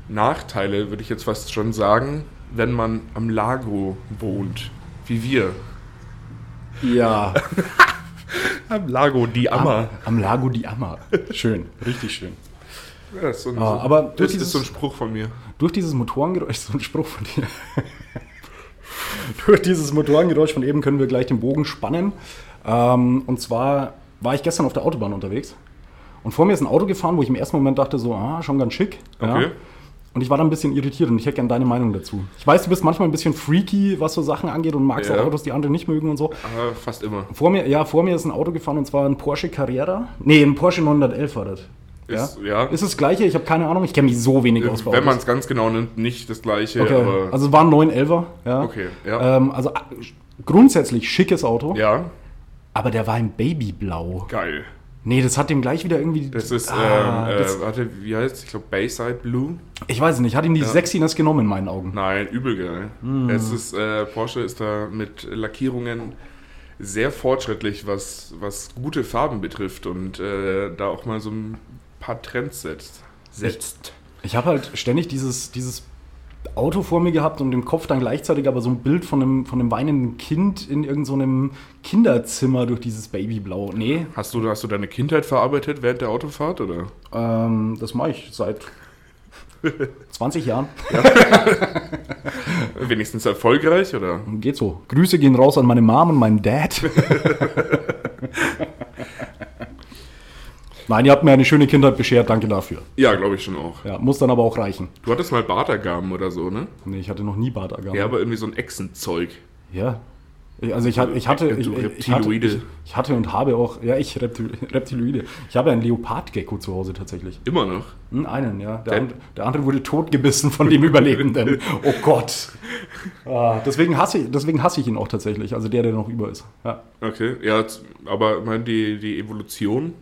[SPEAKER 2] Nachteile, würde ich jetzt fast schon sagen, wenn man am Lago wohnt, wie wir.
[SPEAKER 1] Ja.
[SPEAKER 2] Am Lago di Amma.
[SPEAKER 1] Am Lago di Amma. Schön, richtig schön.
[SPEAKER 2] Ja, das ist so ein,
[SPEAKER 1] Ah, aber
[SPEAKER 2] das
[SPEAKER 1] durch
[SPEAKER 2] ist
[SPEAKER 1] dieses-
[SPEAKER 2] so ein Spruch von mir.
[SPEAKER 1] Durch dieses Motorengeräusch, so ein Spruch von dir. Durch dieses Motorengeräusch von eben können wir gleich den Bogen spannen. Ähm, und zwar war ich gestern auf der Autobahn unterwegs und vor mir ist ein Auto gefahren, wo ich im ersten Moment dachte, so, ah, schon ganz schick.
[SPEAKER 2] Okay.
[SPEAKER 1] Und ich war da ein bisschen irritiert und ich hätte gerne deine Meinung dazu. Ich weiß, du bist manchmal ein bisschen freaky, was so Sachen angeht und magst
[SPEAKER 2] Ja.
[SPEAKER 1] auch Autos, die andere nicht mögen und so.
[SPEAKER 2] Aber Ah, fast immer.
[SPEAKER 1] Vor mir, ja, vor mir ist ein Auto gefahren und zwar ein Porsche Carrera. Nee, ein Porsche 911 war das.
[SPEAKER 2] Ist- ja.
[SPEAKER 1] Ist Äh, das gleiche? Ich habe keine Ahnung, ich kenne mich so wenig aus bei
[SPEAKER 2] Wenn man
[SPEAKER 1] Autos.
[SPEAKER 2] es ganz genau nimmt, nicht das gleiche,
[SPEAKER 1] Okay,
[SPEAKER 2] aber.
[SPEAKER 1] also es waren 911er. Ja.
[SPEAKER 2] Okay, ja.
[SPEAKER 1] Ähm, also äh, grundsätzlich schickes Auto,
[SPEAKER 2] ja,
[SPEAKER 1] aber der war im Babyblau.
[SPEAKER 2] geil.
[SPEAKER 1] Nee, das hat ihm gleich wieder irgendwie.
[SPEAKER 2] Das ist,
[SPEAKER 1] Ah,
[SPEAKER 2] ähm,
[SPEAKER 1] das-
[SPEAKER 2] äh, warte, wie heißt Ich glaube, Bayside Blue.
[SPEAKER 1] ich weiß es nicht, hat ihm die Sexiness genommen in meinen Augen.
[SPEAKER 2] Nein, übel geil. Es ist, äh, Porsche ist da mit Lackierungen sehr fortschrittlich, was, was gute Farben betrifft und äh, da auch mal so ein paar Trends setzt. Setzt.
[SPEAKER 1] Ich habe halt ständig dieses, dieses Auto vor mir gehabt und im Kopf dann gleichzeitig aber so ein Bild von einem, von einem weinenden Kind in irgendeinem so einem Kinderzimmer durch dieses Babyblau. Nee,
[SPEAKER 2] Hast du, hast du deine Kindheit verarbeitet während der Autofahrt, oder?
[SPEAKER 1] ähm, das mache ich seit 20 Jahren.
[SPEAKER 2] Wenigstens erfolgreich, oder?
[SPEAKER 1] Geht so. Grüße gehen raus an meine Mom und meinen Dad. Nein, ihr habt mir eine schöne Kindheit beschert, danke dafür.
[SPEAKER 2] Ja, glaube ich schon auch.
[SPEAKER 1] Ja, muss dann aber auch reichen.
[SPEAKER 2] Du hattest mal Bartergaben oder so, ne?
[SPEAKER 1] Nee, ich hatte noch nie Bartagam.
[SPEAKER 2] Ja, aber irgendwie so ein Echsenzeug.
[SPEAKER 1] Ja. Ich- Also ich, hat- ich hatte... Ich,
[SPEAKER 2] Du
[SPEAKER 1] ich, hatte
[SPEAKER 2] Reptiloide.
[SPEAKER 1] ich, ich hatte und habe auch... Ja, ich Reptil, Reptiloide. Ich habe einen Leopardgecko zu Hause tatsächlich.
[SPEAKER 2] Immer noch.
[SPEAKER 1] Hm, einen, ja. Der,
[SPEAKER 2] Der-
[SPEAKER 1] and, der andere wurde totgebissen von dem Überlebenden. Oh Gott. Ah, deswegen, hasse ich, deswegen hasse ich ihn auch tatsächlich. Also der, der noch über ist. Ja.
[SPEAKER 2] Okay, ja, z- aber ich meine, die, die Evolution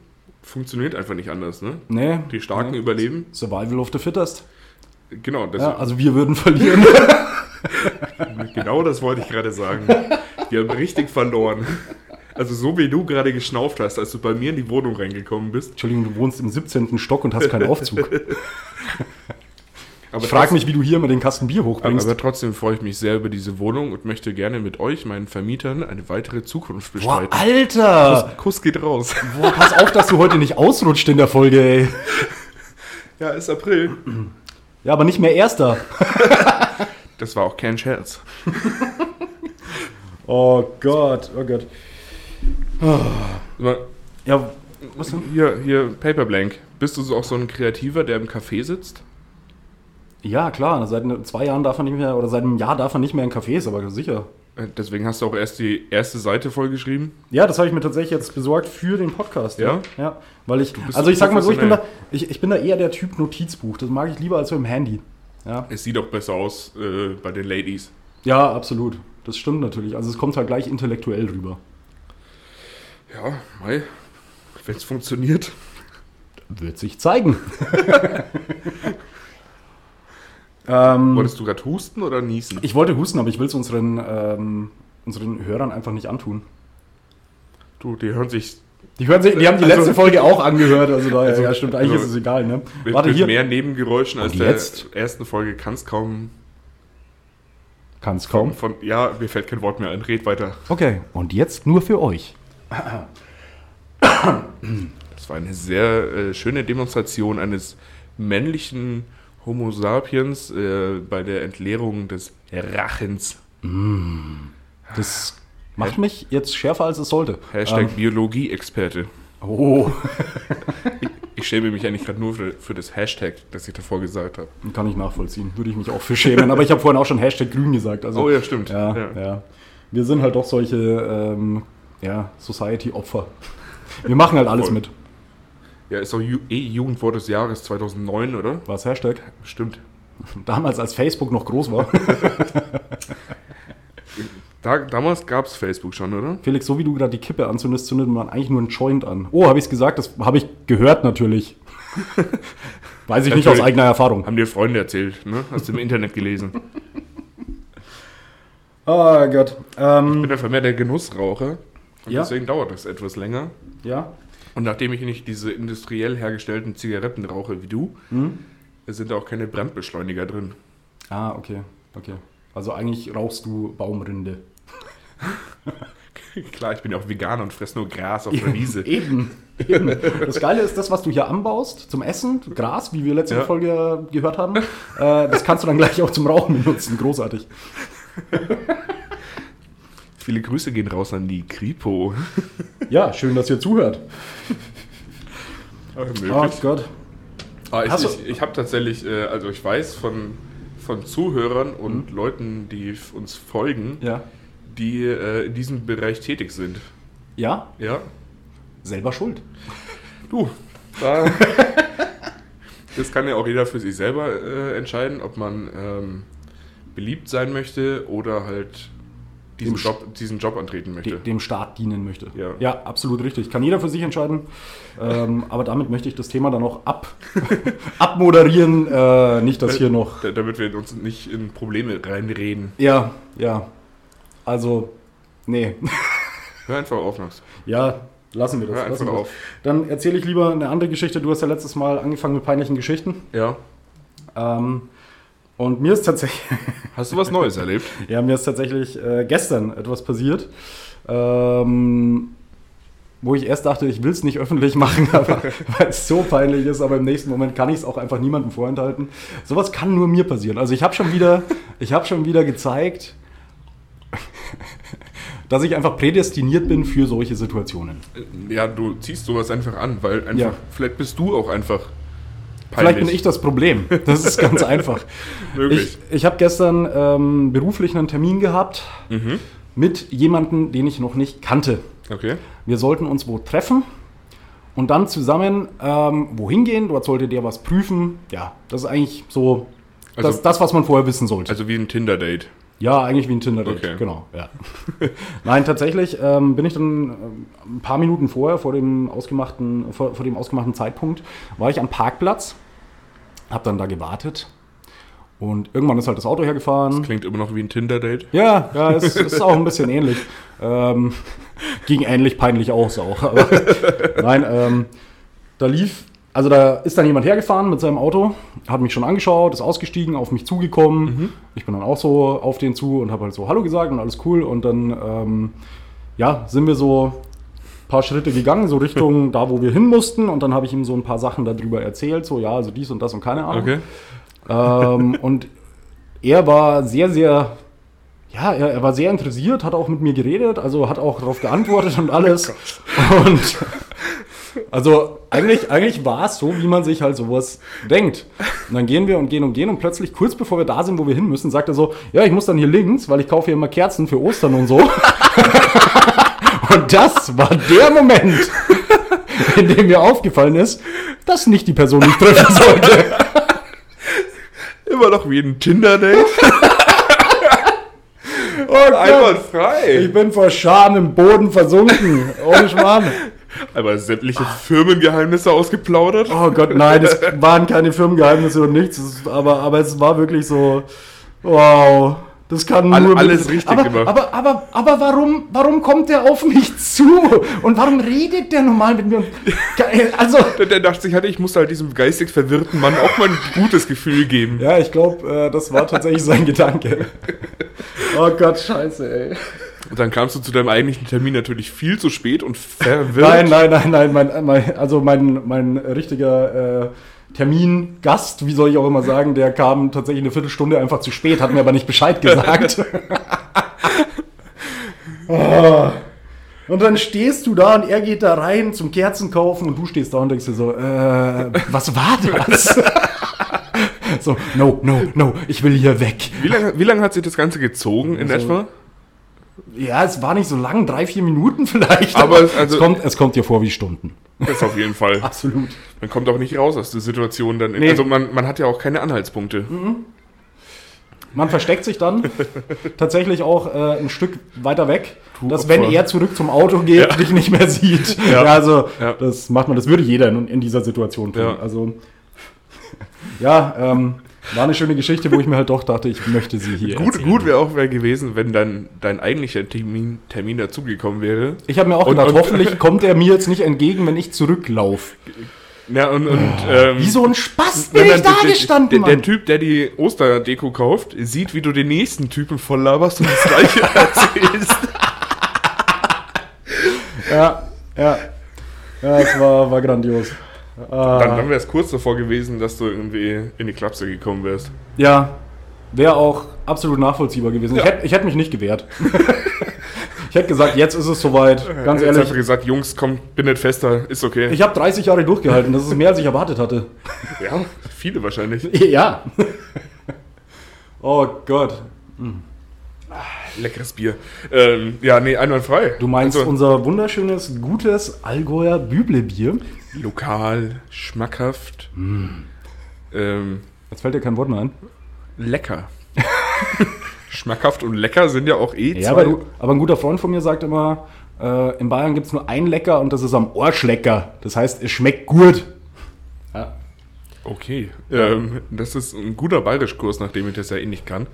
[SPEAKER 2] funktioniert einfach nicht anders, ne?
[SPEAKER 1] Nee.
[SPEAKER 2] Die Starken
[SPEAKER 1] nee.
[SPEAKER 2] überleben.
[SPEAKER 1] Survival of the Fittest.
[SPEAKER 2] Genau, das,
[SPEAKER 1] Ja, also wir würden verlieren.
[SPEAKER 2] genau das wollte ich gerade sagen. Wir haben richtig verloren. Also so wie du gerade geschnauft hast, als du bei mir in die Wohnung reingekommen bist.
[SPEAKER 1] Entschuldigung, du wohnst im 17. Stock und hast keinen Aufzug.
[SPEAKER 2] Aber
[SPEAKER 1] Ich frage mich, wie du hier immer den Kasten Bier hochbringst.
[SPEAKER 2] Aber trotzdem freue ich mich sehr über diese Wohnung und möchte gerne mit euch, meinen Vermietern, eine weitere Zukunft
[SPEAKER 1] Boah,
[SPEAKER 2] bestreiten.
[SPEAKER 1] Alter!
[SPEAKER 2] Kuss geht raus.
[SPEAKER 1] Boah, pass auf, dass du heute nicht ausrutscht in der Folge, ey.
[SPEAKER 2] Ja, ist April.
[SPEAKER 1] Ja, aber nicht mehr Erster.
[SPEAKER 2] Das war auch kein Scherz.
[SPEAKER 1] Oh Gott, oh Gott.
[SPEAKER 2] Aber
[SPEAKER 1] Ja, was denn?
[SPEAKER 2] Hier, hier, Paper Blank. Bist du so auch so ein Kreativer, der im Café sitzt?
[SPEAKER 1] Ja, klar, seit ne- zwei Jahren darf man nicht mehr, oder seit einem Jahr darf man nicht mehr in Cafés, aber sicher.
[SPEAKER 2] Äh, Deswegen hast du auch erst die erste Seite vollgeschrieben.
[SPEAKER 1] Ja, das habe ich mir tatsächlich jetzt besorgt für den Podcast.
[SPEAKER 2] Ja?
[SPEAKER 1] Ja, weil ich,
[SPEAKER 2] bist
[SPEAKER 1] also ich sag mal so, ich bin, da,
[SPEAKER 2] professionell.
[SPEAKER 1] ich, ich bin da eher der Typ Notizbuch. Das mag ich lieber als so im Handy. Ja.
[SPEAKER 2] Es sieht auch besser aus äh, bei den Ladies.
[SPEAKER 1] Ja, absolut. Das stimmt natürlich. Also es kommt halt gleich intellektuell rüber.
[SPEAKER 2] Ja, mei. Wenn es funktioniert.
[SPEAKER 1] Wird sich zeigen. ähm,
[SPEAKER 2] Wolltest du gerade husten oder niesen?
[SPEAKER 1] ich wollte husten, aber ich will es unseren, ähm, unseren Hörern einfach nicht antun.
[SPEAKER 2] Du, die hören sich
[SPEAKER 1] Die, hören sich, die haben die
[SPEAKER 2] Also-
[SPEAKER 1] letzte Folge auch angehört, also daher,
[SPEAKER 2] Also-
[SPEAKER 1] ja stimmt, eigentlich
[SPEAKER 2] also-
[SPEAKER 1] ist es egal, ne?
[SPEAKER 2] mit,
[SPEAKER 1] Warte
[SPEAKER 2] mit
[SPEAKER 1] hier,
[SPEAKER 2] mehr Nebengeräuschen als
[SPEAKER 1] Und
[SPEAKER 2] der
[SPEAKER 1] jetzt?
[SPEAKER 2] ersten Folge. Kannst kaum.
[SPEAKER 1] kann es kaum.
[SPEAKER 2] Von, ja, mir fällt kein Wort mehr ein. Red weiter.
[SPEAKER 1] Okay, und jetzt nur für euch.
[SPEAKER 2] Das war eine sehr äh, schöne Demonstration eines männlichen Homo sapiens äh, bei der Entleerung des Rachens.
[SPEAKER 1] Das macht mich jetzt schärfer, als es sollte.
[SPEAKER 2] Hashtag Biologieexperte.
[SPEAKER 1] Ähm, oh,
[SPEAKER 2] Ich schäme mich eigentlich gerade nur für, für das Hashtag, das ich davor gesagt habe.
[SPEAKER 1] kann ich nachvollziehen, würde ich mich auch für schämen, aber ich habe vorhin auch schon Hashtag grün gesagt. Also,
[SPEAKER 2] Oh ja, stimmt.
[SPEAKER 1] Ja,
[SPEAKER 2] Ja.
[SPEAKER 1] ja. Wir sind halt doch solche ähm, ja, Society-Opfer. Wir machen halt alles
[SPEAKER 2] Voll.
[SPEAKER 1] mit.
[SPEAKER 2] Ja, ist doch Ju eh Jugendwort des Jahres 2009, oder?
[SPEAKER 1] Was Hashtag?
[SPEAKER 2] Stimmt.
[SPEAKER 1] Damals, als Facebook noch groß war.
[SPEAKER 2] Da, damals gab es Facebook schon, oder?
[SPEAKER 1] Felix, so wie du gerade die Kippe anzündest, zündet man eigentlich nur einen Joint an. Oh, habe ich es gesagt? Das habe ich gehört natürlich. Weiß ich nicht aus
[SPEAKER 2] Natürlich.
[SPEAKER 1] eigener Erfahrung.
[SPEAKER 2] Haben dir Freunde erzählt, ne? Hast du im Internet gelesen. Ich
[SPEAKER 1] Oh Gott.
[SPEAKER 2] bin einfach mehr der Genussraucher. Und
[SPEAKER 1] Ja.
[SPEAKER 2] deswegen dauert das etwas länger.
[SPEAKER 1] ja.
[SPEAKER 2] Und nachdem ich nicht diese industriell hergestellten Zigaretten rauche wie du,
[SPEAKER 1] Mhm.
[SPEAKER 2] sind da auch keine Brandbeschleuniger drin.
[SPEAKER 1] Ah, okay. Okay. Also eigentlich rauchst du Baumrinde.
[SPEAKER 2] Klar, ich bin ja auch Veganer und fresse nur Gras auf der Wiese.
[SPEAKER 1] Eben, eben. Das Geile ist, das, was du hier anbaust zum Essen, Gras, wie wir letzte
[SPEAKER 2] Ja.
[SPEAKER 1] Folge gehört haben, äh, das kannst du dann gleich auch zum Rauchen benutzen. Großartig.
[SPEAKER 2] Viele Grüße gehen raus an die Kripo.
[SPEAKER 1] Ja, schön, dass ihr zuhört. Oh Gott.
[SPEAKER 2] Ah, ich
[SPEAKER 1] Hast du-
[SPEAKER 2] ich, ich habe tatsächlich, äh, also ich weiß von, von Zuhörern und Leuten, die f- uns folgen,
[SPEAKER 1] Mhm. Ja.
[SPEAKER 2] die äh, in diesem Bereich tätig sind.
[SPEAKER 1] Ja,
[SPEAKER 2] Ja,
[SPEAKER 1] selber schuld.
[SPEAKER 2] du. Da, das kann ja auch jeder für sich selber äh, entscheiden, ob man ähm, beliebt sein möchte oder halt diesen,
[SPEAKER 1] Dem Sch-
[SPEAKER 2] Job, diesen Job antreten möchte.
[SPEAKER 1] De dem Staat dienen möchte.
[SPEAKER 2] Ja.
[SPEAKER 1] absolut richtig. Kann jeder für sich entscheiden. Ähm, aber damit möchte ich das Thema dann auch ab abmoderieren. Äh, nicht, dass hier noch
[SPEAKER 2] Da- Damit wir uns nicht in Probleme reinreden.
[SPEAKER 1] Ja, ja. Also, nee.
[SPEAKER 2] Hör einfach auf, Max.
[SPEAKER 1] Ja, lassen wir das.
[SPEAKER 2] Hör
[SPEAKER 1] lassen
[SPEAKER 2] einfach
[SPEAKER 1] wir das.
[SPEAKER 2] auf.
[SPEAKER 1] Dann erzähle ich lieber eine andere Geschichte. Du hast ja letztes Mal angefangen mit peinlichen Geschichten.
[SPEAKER 2] Ja.
[SPEAKER 1] Ähm, und mir ist tatsächlich,
[SPEAKER 2] Hast du was Neues erlebt?
[SPEAKER 1] ja, mir ist tatsächlich äh, gestern etwas passiert, ähm, wo ich erst dachte, ich will es nicht öffentlich machen, aber weil es so peinlich ist, aber im nächsten Moment kann ich es auch einfach niemandem vorenthalten. Sowas kann nur mir passieren. Also ich habe schon wieder, ich habe schon wieder gezeigt, dass ich einfach prädestiniert bin für solche Situationen.
[SPEAKER 2] Äh, Ja, du ziehst sowas einfach an, weil einfach,
[SPEAKER 1] Ja.
[SPEAKER 2] vielleicht bist du auch einfach
[SPEAKER 1] Vielleicht bin ich das Problem. Das ist ganz einfach.
[SPEAKER 2] Wirklich.
[SPEAKER 1] Ich, ich habe gestern ähm, beruflich einen Termin gehabt
[SPEAKER 2] Mhm.
[SPEAKER 1] mit jemandem, den ich noch nicht kannte.
[SPEAKER 2] Okay.
[SPEAKER 1] Wir sollten uns wo treffen und dann zusammen ähm, wohin gehen. Dort sollte der was prüfen. Ja, das ist eigentlich so
[SPEAKER 2] Also-
[SPEAKER 1] das, das, was man vorher wissen sollte.
[SPEAKER 2] Also wie ein Tinder-Date.
[SPEAKER 1] Ja, eigentlich wie ein tinder date
[SPEAKER 2] Okay.
[SPEAKER 1] genau. Ja. Nein, tatsächlich ähm, bin ich dann ähm, ein paar Minuten vorher, vor dem ausgemachten, vor, vor dem ausgemachten Zeitpunkt, war ich am Parkplatz, habe dann da gewartet und irgendwann ist halt das Auto hergefahren.
[SPEAKER 2] Klingt immer noch wie ein Tinder-Date.
[SPEAKER 1] Ja, ja, es ist auch ein bisschen ähnlich. Ähm, ging ähnlich peinlich aus auch. Aber nein, ähm, da lief, also da ist dann jemand hergefahren mit seinem Auto, hat mich schon angeschaut, ist ausgestiegen, auf mich zugekommen. Ich bin dann auch so auf den zu und habe halt so Hallo gesagt und alles cool. Und dann, ähm, ja, sind wir so ein paar Schritte gegangen, so Richtung da, wo wir hin mussten. Und dann habe ich ihm so ein paar Sachen darüber erzählt, so ja, also dies und das und keine Ahnung.
[SPEAKER 2] Okay.
[SPEAKER 1] Ähm, und er war sehr, sehr, ja, er, er war sehr interessiert, hat auch mit mir geredet, also hat auch darauf geantwortet und alles. und also eigentlich, eigentlich war es so, wie man sich halt sowas denkt. Und dann gehen wir und gehen und gehen und plötzlich, kurz bevor wir da sind, wo wir hin müssen, sagt er so, ja, ich muss dann hier links, weil ich kaufe hier immer Kerzen für Ostern und so. und das war der Moment, in dem mir aufgefallen ist, dass nicht die Person nicht treffen sollte.
[SPEAKER 2] Immer noch wie ein Tinder-Date.
[SPEAKER 1] Und Ich
[SPEAKER 2] Einwandfrei.
[SPEAKER 1] bin vor Scham im Boden versunken. Ohne Schmarrn.
[SPEAKER 2] Aber sämtliche Firmengeheimnisse ausgeplaudert.
[SPEAKER 1] Oh Gott, nein, es waren keine Firmengeheimnisse und nichts. Es ist, aber, aber es war wirklich so, wow. Das kann
[SPEAKER 2] All-
[SPEAKER 1] nur
[SPEAKER 2] alles richtig
[SPEAKER 1] aber,
[SPEAKER 2] gemacht.
[SPEAKER 1] Aber, aber, aber warum, warum kommt der auf mich zu? Und warum redet der normal mit mir? Geil, Also,
[SPEAKER 2] Der, der dachte sich halt, ich muss halt diesem geistig verwirrten Mann auch mal ein gutes Gefühl geben.
[SPEAKER 1] ja, ich glaube, das war tatsächlich sein Gedanke. Oh Gott, scheiße, ey.
[SPEAKER 2] Und dann kamst du zu deinem eigentlichen Termin natürlich viel zu spät und verwirrt.
[SPEAKER 1] Nein, nein, nein, nein, mein, mein, also mein, mein richtiger äh, Termingast, wie soll ich auch immer sagen, der kam tatsächlich eine Viertelstunde einfach zu spät, hat mir aber nicht Bescheid gesagt. oh. Und dann stehst du da und er geht da rein zum Kerzen kaufen und du stehst da und denkst dir so, äh, was war das? so, no, no, no, ich will hier weg.
[SPEAKER 2] Wie lange wie lange hat sich das Ganze gezogen in
[SPEAKER 1] Also,
[SPEAKER 2] etwa?
[SPEAKER 1] Ja, es war nicht so lang, drei, vier Minuten vielleicht.
[SPEAKER 2] Aber es- also-
[SPEAKER 1] es, kommt, es kommt dir vor wie Stunden.
[SPEAKER 2] Das auf jeden Fall.
[SPEAKER 1] Absolut.
[SPEAKER 2] Man kommt auch nicht raus aus der Situation dann.
[SPEAKER 1] Ah. Nee. Mhm.
[SPEAKER 2] Also man, man hat ja auch keine Anhaltspunkte.
[SPEAKER 1] Man versteckt sich dann tatsächlich auch äh, ein Stück weiter weg, dass
[SPEAKER 2] Opfer.
[SPEAKER 1] wenn er zurück zum Auto geht,
[SPEAKER 2] Ja.
[SPEAKER 1] dich nicht mehr sieht.
[SPEAKER 2] Ja.
[SPEAKER 1] Ja. also
[SPEAKER 2] Ja.
[SPEAKER 1] das macht man, das würde jeder in, in dieser Situation tun.
[SPEAKER 2] Ja.
[SPEAKER 1] Also ja, ähm, war eine schöne Geschichte, wo ich mir halt doch dachte, ich möchte sie hier.
[SPEAKER 2] Gut,
[SPEAKER 1] erzählen.
[SPEAKER 2] gut wäre auch wär gewesen, wenn dann dein eigentlicher Termin, Termin dazugekommen wäre.
[SPEAKER 1] Ich habe mir auch
[SPEAKER 2] Und-
[SPEAKER 1] gedacht,
[SPEAKER 2] und-
[SPEAKER 1] hoffentlich kommt er mir jetzt nicht entgegen, wenn ich zurücklaufe.
[SPEAKER 2] Ja, und, und
[SPEAKER 1] Ah.
[SPEAKER 2] ähm,
[SPEAKER 1] Wie so ein Spaß
[SPEAKER 2] wenn
[SPEAKER 1] bin ich
[SPEAKER 2] dann
[SPEAKER 1] da
[SPEAKER 2] der-
[SPEAKER 1] gestanden,
[SPEAKER 2] der, der
[SPEAKER 1] Mann.
[SPEAKER 2] Typ, der die Osterdeko kauft, sieht, wie du den nächsten Typen voll laberst und das gleiche erzählst.
[SPEAKER 1] Ja, ja. Ja, es war, war grandios. Äh,
[SPEAKER 2] Dann, dann wäre es kurz davor gewesen, dass du irgendwie in die Klapse gekommen wärst.
[SPEAKER 1] ja, wäre auch absolut nachvollziehbar gewesen. Ich hätte ich hätt mich nicht gewehrt. ich hätte gesagt, jetzt ist es soweit. Ganz
[SPEAKER 2] Jetzt hast du
[SPEAKER 1] ehrlich.
[SPEAKER 2] gesagt, Jungs, kommt, bindet fester, ist okay.
[SPEAKER 1] Ich habe 30 Jahre durchgehalten. Das ist mehr, als ich erwartet hatte.
[SPEAKER 2] ja, viele wahrscheinlich.
[SPEAKER 1] Ja. Oh Gott.
[SPEAKER 2] Leckeres Bier. Ähm, ja, nee, einwandfrei.
[SPEAKER 1] Du meinst
[SPEAKER 2] Also,
[SPEAKER 1] unser wunderschönes, gutes Allgäuer Büblebier?
[SPEAKER 2] lokal, schmackhaft,
[SPEAKER 1] Hm.
[SPEAKER 2] ähm,
[SPEAKER 1] Jetzt fällt dir kein Wort mehr ein.
[SPEAKER 2] lecker. schmackhaft und lecker sind ja auch eh
[SPEAKER 1] Ja, aber, du, aber ein guter Freund von mir sagt immer, äh, in Bayern gibt es nur ein Lecker und das ist am Ohrschlecker. Das heißt, es schmeckt gut. Ja.
[SPEAKER 2] Okay. Ähm, das ist ein guter bayerischkurs, nachdem ich das ja eh nicht kann.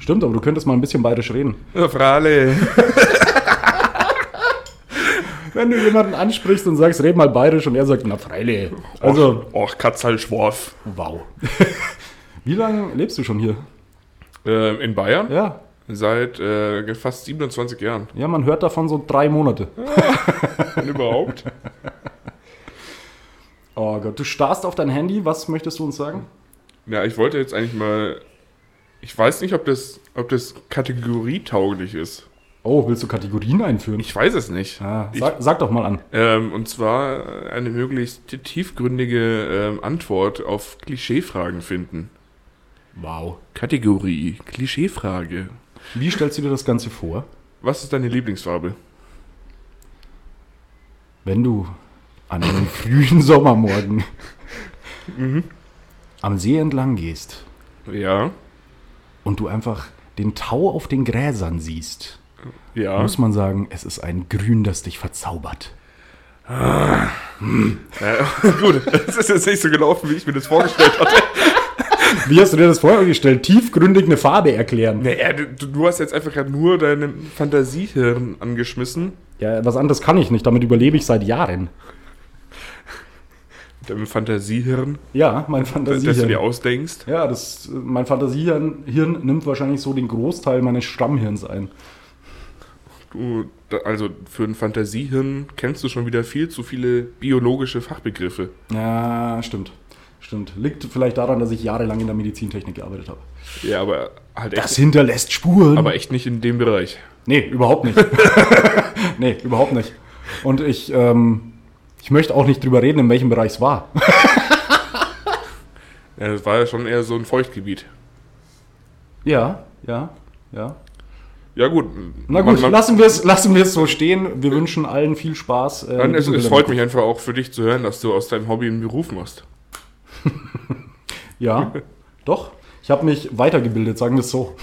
[SPEAKER 1] Stimmt, aber du könntest mal ein bisschen bayerisch reden.
[SPEAKER 2] Ja, Frale.
[SPEAKER 1] Wenn du jemanden ansprichst und sagst, red mal bayerisch und er sagt, na freile. Also,
[SPEAKER 2] Och, och Katzalschworf.
[SPEAKER 1] wow. Wie lange lebst du schon hier?
[SPEAKER 2] Ähm, in Bayern?
[SPEAKER 1] Ja,
[SPEAKER 2] Seit äh, fast 27 Jahren.
[SPEAKER 1] ja, man hört davon so drei Monate.
[SPEAKER 2] Wenn überhaupt.
[SPEAKER 1] Oh Gott, du starrst auf dein Handy. Was möchtest du uns sagen?
[SPEAKER 2] Ja, ich wollte jetzt eigentlich mal. Ich weiß nicht, ob das, ob das kategorietauglich ist.
[SPEAKER 1] Oh, willst du Kategorien einführen?
[SPEAKER 2] Ich weiß es nicht.
[SPEAKER 1] Ah,
[SPEAKER 2] ich,
[SPEAKER 1] sag, sag doch mal an.
[SPEAKER 2] ähm, und zwar eine möglichst tiefgründige ähm, Antwort auf Klischeefragen finden.
[SPEAKER 1] Wow.
[SPEAKER 2] Kategorie, Klischeefrage.
[SPEAKER 1] Wie stellst du dir das Ganze vor,
[SPEAKER 2] Was ist deine Lieblingsfarbe?
[SPEAKER 1] wenn du an einem frühen Sommermorgen Mhm. am See entlang gehst
[SPEAKER 2] Ja,
[SPEAKER 1] und du einfach den Tau auf den Gräsern siehst?
[SPEAKER 2] ja.
[SPEAKER 1] Muss man sagen, es ist ein Grün, das dich verzaubert.
[SPEAKER 2] ja Äh, gut, das ist jetzt nicht so gelaufen, wie ich mir das vorgestellt habe.
[SPEAKER 1] Wie hast du dir das vorgestellt? Tiefgründig eine Farbe erklären.
[SPEAKER 2] Naja, du, du hast jetzt einfach gerade nur deine Fantasiehirn angeschmissen.
[SPEAKER 1] Ja, was anderes kann ich nicht, damit überlebe ich seit Jahren.
[SPEAKER 2] Deinem Fantasiehirn,
[SPEAKER 1] Ja, mein
[SPEAKER 2] das du dir
[SPEAKER 1] Fantasiehirn.
[SPEAKER 2] ausdenkst.
[SPEAKER 1] Ja, das, mein Fantasiehirn Hirn nimmt wahrscheinlich so den Großteil meines Stammhirns ein.
[SPEAKER 2] Du, da, also für ein Fantasiehirn kennst du schon wieder viel zu viele biologische Fachbegriffe.
[SPEAKER 1] Ja, stimmt. Stimmt. Liegt vielleicht daran, dass ich jahrelang in der Medizintechnik gearbeitet habe.
[SPEAKER 2] Ja, aber halt echt,
[SPEAKER 1] hinterlässt Spuren.
[SPEAKER 2] aber echt nicht in dem Bereich.
[SPEAKER 1] nee, überhaupt nicht. nee, überhaupt nicht. Und ich, ähm, ich möchte auch nicht drüber reden, in welchem Bereich es war.
[SPEAKER 2] Ja, das war ja schon eher so ein Feuchtgebiet.
[SPEAKER 1] ja, ja, ja.
[SPEAKER 2] Ja gut.
[SPEAKER 1] Na gut,
[SPEAKER 2] man, man,
[SPEAKER 1] lassen wir es lassen wir's so stehen. Wir wünschen allen viel Spaß. äh,
[SPEAKER 2] dann,
[SPEAKER 1] mit
[SPEAKER 2] es,
[SPEAKER 1] diesen
[SPEAKER 2] es
[SPEAKER 1] Bildern.
[SPEAKER 2] freut mich einfach auch für dich zu hören, dass du aus deinem Hobby einen Beruf machst.
[SPEAKER 1] Ja, doch. Ich habe mich weitergebildet, sagen wir es so.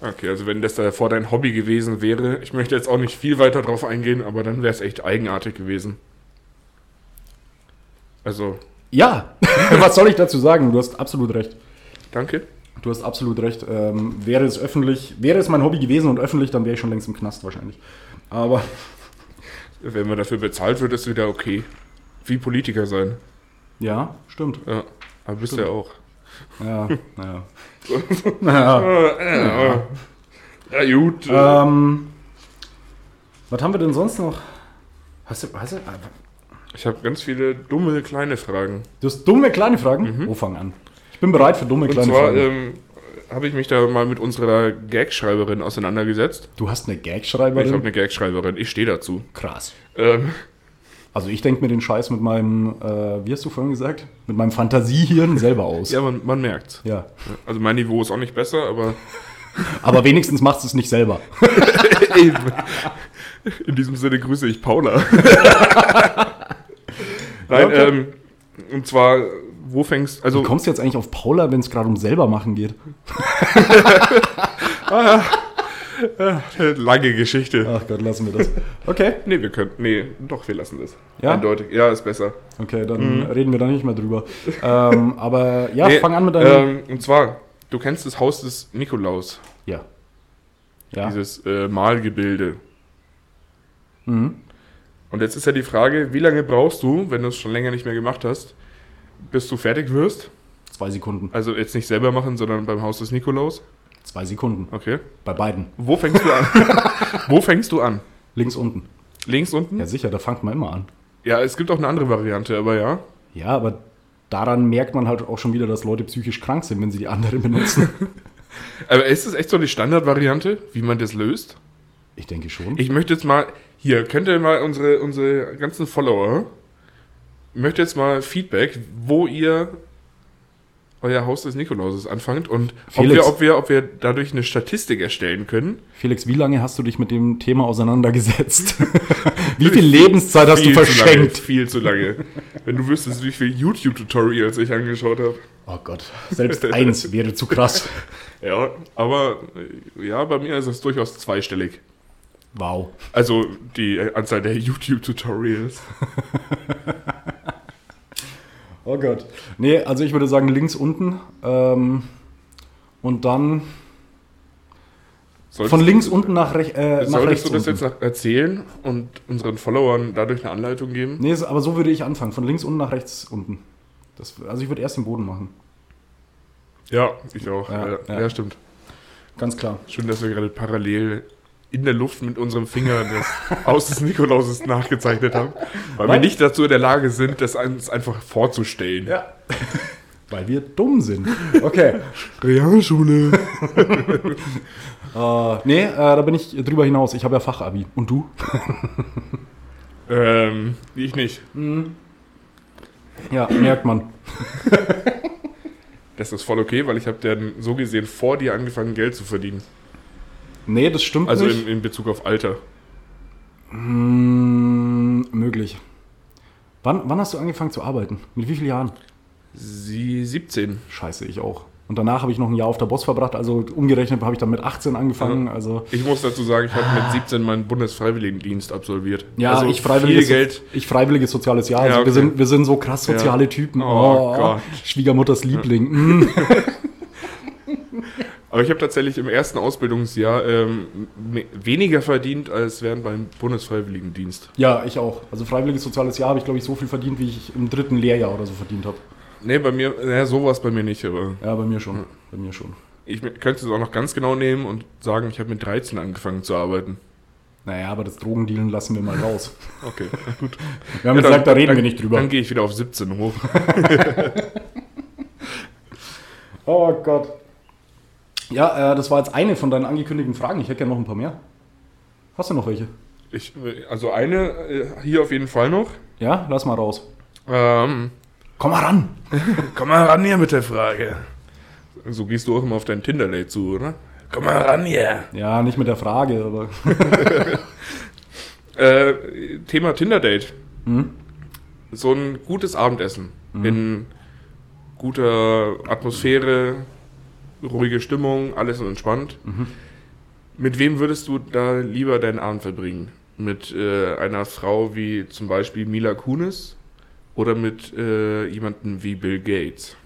[SPEAKER 2] Okay, also wenn das davor dein Hobby gewesen wäre, ich möchte jetzt auch nicht viel weiter drauf eingehen, aber dann wäre es echt eigenartig gewesen. Also,
[SPEAKER 1] Ja, was soll ich dazu sagen? Du hast absolut recht.
[SPEAKER 2] danke.
[SPEAKER 1] Du hast absolut recht. Ähm, wäre es öffentlich, wäre es mein Hobby gewesen und öffentlich, dann wäre ich schon längst im Knast wahrscheinlich. Aber
[SPEAKER 2] Wenn man dafür bezahlt wird, ist wieder okay. Wie Politiker sein.
[SPEAKER 1] ja, stimmt.
[SPEAKER 2] Ja, aber bist ja auch.
[SPEAKER 1] Ja, naja.
[SPEAKER 2] Äh,
[SPEAKER 1] naja.
[SPEAKER 2] Ja, ja gut.
[SPEAKER 1] Ähm, was haben wir denn sonst noch? Hast du, ah, hast du,
[SPEAKER 2] Ich habe ganz viele dumme kleine Fragen.
[SPEAKER 1] du hast dumme kleine Fragen? Wo fangen an? Ich bin bereit für dumme
[SPEAKER 2] Mhm. Und
[SPEAKER 1] kleine
[SPEAKER 2] zwar
[SPEAKER 1] Fragen.
[SPEAKER 2] ähm, habe ich mich da mal mit unserer Gagschreiberin auseinandergesetzt.
[SPEAKER 1] du hast eine
[SPEAKER 2] Ich habe
[SPEAKER 1] Gagschreiberin?
[SPEAKER 2] eine Gagschreiberin, ich stehe dazu.
[SPEAKER 1] Krass.
[SPEAKER 2] Ähm,
[SPEAKER 1] Also ich denke mir den Scheiß mit meinem, äh, wie hast du vorhin gesagt? Mit meinem Fantasiehirn selber aus.
[SPEAKER 2] ja, man, man merkt's.
[SPEAKER 1] ja.
[SPEAKER 2] Also mein Niveau ist auch nicht besser, aber
[SPEAKER 1] Aber wenigstens machst du es nicht selber.
[SPEAKER 2] eben. In diesem Sinne grüße ich Paula. Nein,
[SPEAKER 1] okay.
[SPEAKER 2] ähm, und zwar, wo fängst also
[SPEAKER 1] Du kommst jetzt eigentlich auf Paula, wenn es gerade um selber machen geht.
[SPEAKER 2] lange Geschichte.
[SPEAKER 1] Ach Gott, lassen wir das. Okay.
[SPEAKER 2] Nee, wir können. Nee, doch, wir lassen das.
[SPEAKER 1] Ja?
[SPEAKER 2] Eindeutig. Ja, ist besser.
[SPEAKER 1] Okay, dann reden wir da nicht mehr drüber. ähm, aber ja,
[SPEAKER 2] Mhm. nee,
[SPEAKER 1] fang an mit deinem.
[SPEAKER 2] Ähm, und zwar, du kennst das Haus des Nikolaus,
[SPEAKER 1] ja. Ja.
[SPEAKER 2] dieses äh, Malgebilde.
[SPEAKER 1] Mhm.
[SPEAKER 2] Und jetzt ist ja die Frage, wie lange brauchst du, wenn du es schon länger nicht mehr gemacht hast, bis du fertig wirst?
[SPEAKER 1] Zwei Sekunden.
[SPEAKER 2] Also jetzt nicht selber machen, sondern beim Haus des Nikolaus.
[SPEAKER 1] Zwei Sekunden.
[SPEAKER 2] Okay.
[SPEAKER 1] Bei beiden.
[SPEAKER 2] Wo fängst du an? Wo fängst du an?
[SPEAKER 1] Links unten.
[SPEAKER 2] Links unten?
[SPEAKER 1] Ja, sicher, da fängt man immer an.
[SPEAKER 2] Ja, es gibt auch eine andere Variante, aber ja.
[SPEAKER 1] Ja, aber daran merkt man halt auch schon wieder, dass Leute psychisch krank sind, wenn sie die andere benutzen.
[SPEAKER 2] Aber ist das echt so die Standardvariante, wie man das löst?
[SPEAKER 1] Ich denke schon.
[SPEAKER 2] Ich möchte jetzt mal, hier, könnt ihr mal unsere, unsere ganzen Follower, ich möchte jetzt mal Feedback, wo ihr euer Haus des Nikolauses anfangt und ob
[SPEAKER 1] Felix.
[SPEAKER 2] wir, ob, wir, ob wir dadurch eine Statistik erstellen können.
[SPEAKER 1] Felix, wie lange hast du dich mit dem Thema auseinandergesetzt? wie viel Lebenszeit hast du verschenkt?
[SPEAKER 2] Zu lange, viel zu lange. Wenn du wüsstest, wie viel YouTube-Tutorials ich angeschaut habe.
[SPEAKER 1] Oh Gott, selbst eins wäre zu krass.
[SPEAKER 2] Ja, aber äh, ja, bei mir ist es durchaus zweistellig.
[SPEAKER 1] Wow.
[SPEAKER 2] Also die Anzahl der YouTube-Tutorials.
[SPEAKER 1] Oh Gott. Nee, also ich würde sagen links unten. Ähm, und dann
[SPEAKER 2] Solltest-
[SPEAKER 1] von links unten nach, rech äh, nach
[SPEAKER 2] Solltest
[SPEAKER 1] rechts
[SPEAKER 2] du das
[SPEAKER 1] unten.
[SPEAKER 2] jetzt nach- erzählen und unseren Followern dadurch eine Anleitung geben?
[SPEAKER 1] Nee, so- aber so würde ich anfangen. Von links unten nach rechts unten. Das, also ich würde erst den Boden machen.
[SPEAKER 2] Ja, ich auch.
[SPEAKER 1] Ja,
[SPEAKER 2] Ja,
[SPEAKER 1] ja.
[SPEAKER 2] ja. stimmt.
[SPEAKER 1] Ganz klar.
[SPEAKER 2] Schön, dass wir gerade parallel in der Luft mit unserem Finger das Haus des Nikolauses nachgezeichnet haben, weil wir
[SPEAKER 1] Weil-
[SPEAKER 2] nicht dazu in der Lage sind, das uns einfach vorzustellen.
[SPEAKER 1] Ja. Weil wir dumm sind. Okay.
[SPEAKER 2] Realschule.
[SPEAKER 1] äh, nee, äh, da bin ich drüber hinaus. Ich habe ja Fachabi. Und du?
[SPEAKER 2] Ähm, ich nicht.
[SPEAKER 1] Ja, merkt man.
[SPEAKER 2] Das ist voll okay, weil ich habe dann so gesehen vor dir angefangen, Geld zu verdienen.
[SPEAKER 1] Nee, das stimmt
[SPEAKER 2] Also
[SPEAKER 1] nicht.
[SPEAKER 2] in, in Bezug auf Alter.
[SPEAKER 1] Hm, möglich. Wann, wann hast du angefangen zu arbeiten? Mit wie vielen Jahren?
[SPEAKER 2] Sie 17.
[SPEAKER 1] Scheiße, ich auch. Und danach habe ich noch ein Jahr auf der Boss verbracht. Also umgerechnet habe ich dann mit 18 angefangen.
[SPEAKER 2] Ja.
[SPEAKER 1] Also
[SPEAKER 2] Ich muss dazu sagen, ich habe mit 17 meinen Bundesfreiwilligendienst absolviert.
[SPEAKER 1] ja,
[SPEAKER 2] also
[SPEAKER 1] ich freiwilliges,
[SPEAKER 2] viel Geld.
[SPEAKER 1] ich freiwilliges soziales Jahr. Also
[SPEAKER 2] Ja,
[SPEAKER 1] wir,
[SPEAKER 2] okay.
[SPEAKER 1] sind, wir sind so krass soziale Typen.
[SPEAKER 2] Oh Gott.
[SPEAKER 1] Schwiegermutters Liebling. Mm.
[SPEAKER 2] Aber ich habe tatsächlich im ersten Ausbildungsjahr ähm, me- weniger verdient als während beim Bundesfreiwilligendienst.
[SPEAKER 1] Ja, ich auch. Also freiwilliges soziales Jahr habe ich, glaube ich, so viel verdient, wie ich im dritten Lehrjahr oder so verdient habe.
[SPEAKER 2] Nee, bei mir, naja, sowas bei mir nicht, aber
[SPEAKER 1] Ja, bei mir
[SPEAKER 2] Hm.
[SPEAKER 1] schon. Bei mir schon.
[SPEAKER 2] ich mi- könnte es auch noch ganz genau nehmen und sagen, ich habe mit 13 angefangen zu arbeiten.
[SPEAKER 1] Naja, aber das Drogendealen lassen wir mal raus.
[SPEAKER 2] Okay.
[SPEAKER 1] Wir haben
[SPEAKER 2] Ja,
[SPEAKER 1] gesagt, da reden
[SPEAKER 2] dann,
[SPEAKER 1] wir nicht drüber.
[SPEAKER 2] Dann gehe ich wieder auf 17 hoch.
[SPEAKER 1] Oh Gott. Ja, äh, das war jetzt eine von deinen angekündigten Fragen. Ich hätte gerne noch ein paar mehr. Hast du noch welche?
[SPEAKER 2] Ich, also eine äh, hier auf jeden Fall noch.
[SPEAKER 1] Ja, lass mal raus.
[SPEAKER 2] Ähm,
[SPEAKER 1] Komm mal ran.
[SPEAKER 2] komm mal ran hier mit der Frage. So gehst du auch immer auf dein Tinder-Date zu, oder? Komm mal ran hier.
[SPEAKER 1] Ja, nicht mit der Frage, aber.
[SPEAKER 2] Äh, Thema Tinder-Date.
[SPEAKER 1] hm?
[SPEAKER 2] So ein gutes Abendessen. In guter Atmosphäre, ruhige Stimmung, alles entspannt. Mit wem würdest du da lieber deinen Abend verbringen? Mit äh, einer Frau wie zum Beispiel Mila Kunis oder mit äh, jemandem wie Bill Gates?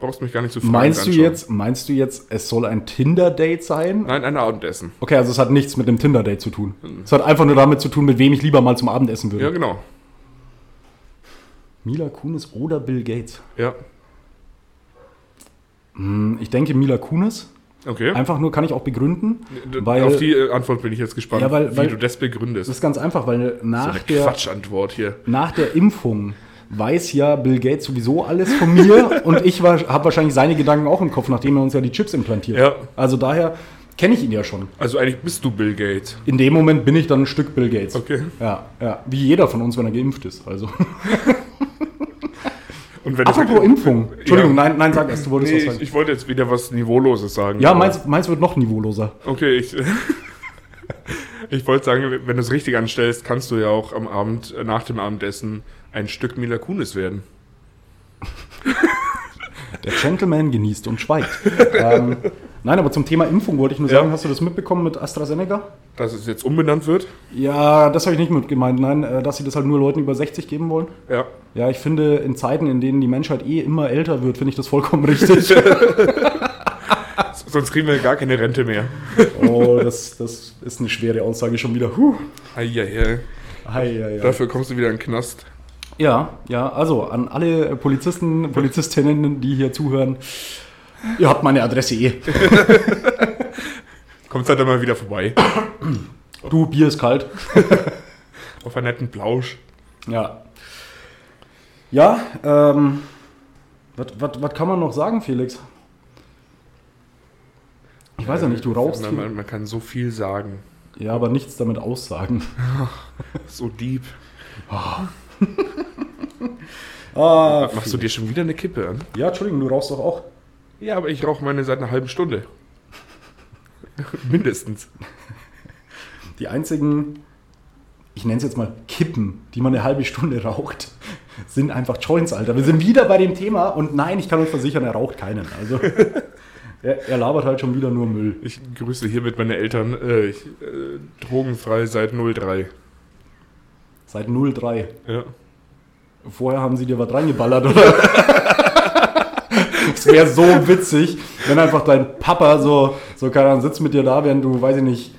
[SPEAKER 2] Brauchst mich gar nicht zu fragen.
[SPEAKER 1] Meinst du, jetzt, meinst du jetzt, es soll ein Tinder-Date sein?
[SPEAKER 2] Nein, ein Abendessen.
[SPEAKER 1] Okay, also es hat nichts mit dem Tinder-Date zu tun. Es hat einfach nur damit zu tun, mit wem ich lieber mal zum Abendessen würde.
[SPEAKER 2] Hm. Ja, genau.
[SPEAKER 1] Mila Kunis oder Bill Gates?
[SPEAKER 2] Ja.
[SPEAKER 1] Hm, Ich denke Mila Kunis.
[SPEAKER 2] Okay.
[SPEAKER 1] Einfach nur kann ich auch begründen,
[SPEAKER 2] D-
[SPEAKER 1] weil
[SPEAKER 2] auf die äh, Antwort bin ich jetzt gespannt,
[SPEAKER 1] Ja, weil-
[SPEAKER 2] wie
[SPEAKER 1] weil-
[SPEAKER 2] du das begründest.
[SPEAKER 1] das ist ganz einfach, weil
[SPEAKER 2] so
[SPEAKER 1] nach
[SPEAKER 2] eine
[SPEAKER 1] der
[SPEAKER 2] Quatschantwort hier.
[SPEAKER 1] nach der Impfung weiß ja Bill Gates sowieso alles von mir und ich habe wahrscheinlich seine Gedanken auch im Kopf, nachdem er uns ja die Chips implantiert.
[SPEAKER 2] Ja.
[SPEAKER 1] Also daher kenne ich ihn ja schon.
[SPEAKER 2] Also eigentlich bist du Bill Gates.
[SPEAKER 1] In dem Moment bin ich dann ein Stück Bill Gates.
[SPEAKER 2] Okay.
[SPEAKER 1] Ja, ja. Wie jeder von uns, wenn er geimpft ist. Also.
[SPEAKER 2] Und wenn
[SPEAKER 1] Apropos Impfung. Entschuldigung,
[SPEAKER 2] Ja.
[SPEAKER 1] nein, nein, sag erst, du wolltest
[SPEAKER 2] Nee,
[SPEAKER 1] was
[SPEAKER 2] ich,
[SPEAKER 1] sagen.
[SPEAKER 2] ich wollte jetzt wieder was Niveauloses sagen.
[SPEAKER 1] ja,
[SPEAKER 2] aber-
[SPEAKER 1] meins, meins wird noch niveauloser.
[SPEAKER 2] Okay, ich, ich wollte sagen, wenn du es richtig anstellst, kannst du ja auch am Abend, äh, nach dem Abendessen, ein Stück Mila Kunis werden.
[SPEAKER 1] Der Gentleman genießt und schweigt. ähm, nein, aber zum Thema Impfung wollte ich nur
[SPEAKER 2] Ja.
[SPEAKER 1] sagen, hast du das mitbekommen mit AstraZeneca?
[SPEAKER 2] Dass es jetzt umbenannt wird.
[SPEAKER 1] Ja, das habe ich nicht mit gemeint. Nein, äh, dass sie das halt nur Leuten über 60 geben wollen.
[SPEAKER 2] Ja.
[SPEAKER 1] Ja, ich finde, in Zeiten, in denen die Menschheit eh immer älter wird, finde ich das vollkommen richtig.
[SPEAKER 2] S- Sonst kriegen wir gar keine Rente mehr.
[SPEAKER 1] oh, das, das ist eine schwere Aussage schon wieder. Huh.
[SPEAKER 2] Eieiei.
[SPEAKER 1] Ei, ei, ei.
[SPEAKER 2] Dafür kommst du wieder in den Knast.
[SPEAKER 1] Ja, ja, also an alle Polizisten, Polizistinnen, die hier zuhören, Ihr habt meine Adresse eh.
[SPEAKER 2] Kommt halt immer wieder vorbei.
[SPEAKER 1] Du, Bier ist kalt.
[SPEAKER 2] Auf einen netten Plausch.
[SPEAKER 1] Ja. Ja, ähm, was kann man noch sagen, Felix? Ich weiß ja nicht, du rauchst.
[SPEAKER 2] Man, man, man kann so viel sagen.
[SPEAKER 1] viel. Ja, aber nichts damit aussagen.
[SPEAKER 2] So deep.
[SPEAKER 1] Ah,
[SPEAKER 2] Machst du dir schon wieder eine Kippe an?
[SPEAKER 1] ja, Entschuldigung, du rauchst doch auch.
[SPEAKER 2] Ja, aber ich rauche meine seit einer halben Stunde. Mindestens.
[SPEAKER 1] Die einzigen, ich nenne es jetzt mal Kippen, die man eine halbe Stunde raucht, sind einfach Joints, Alter. Wir sind wieder bei dem Thema und nein, ich kann euch versichern, er raucht keinen. Also er, er labert halt schon wieder nur Müll.
[SPEAKER 2] Ich grüße hiermit meine Eltern. Äh, ich, äh, drogenfrei seit 03.
[SPEAKER 1] Seit 03.
[SPEAKER 2] Ja.
[SPEAKER 1] Vorher haben sie dir was reingeballert, oder? Es wäre so witzig, wenn einfach dein Papa so, so keine Ahnung, sitzt mit dir da, während du, weiß ich nicht,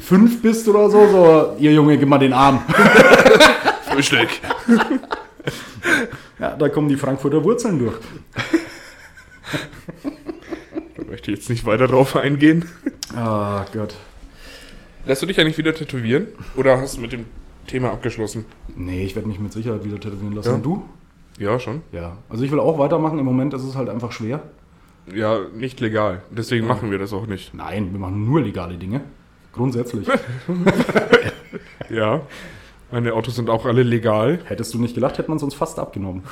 [SPEAKER 1] fünf bist oder so, so, ihr Junge, gib mal den Arm.
[SPEAKER 2] Frühstück.
[SPEAKER 1] Ja, da kommen die Frankfurter Wurzeln durch.
[SPEAKER 2] Da möchte ich jetzt nicht weiter drauf eingehen.
[SPEAKER 1] Ah, Gott.
[SPEAKER 2] Lässt du dich eigentlich wieder tätowieren? Oder hast du mit dem Thema abgeschlossen?
[SPEAKER 1] Nee, ich werde mich mit Sicherheit wieder tätowieren lassen.
[SPEAKER 2] Ja.
[SPEAKER 1] Und du?
[SPEAKER 2] Ja, schon.
[SPEAKER 1] Ja. Also ich will auch weitermachen. Im Moment ist es halt einfach schwer.
[SPEAKER 2] Ja, nicht legal. Deswegen machen wir das auch nicht.
[SPEAKER 1] Nein, wir machen nur legale Dinge. Grundsätzlich.
[SPEAKER 2] Ja. Meine Autos sind auch alle legal.
[SPEAKER 1] Hättest du nicht gelacht, hätte man es uns fast abgenommen.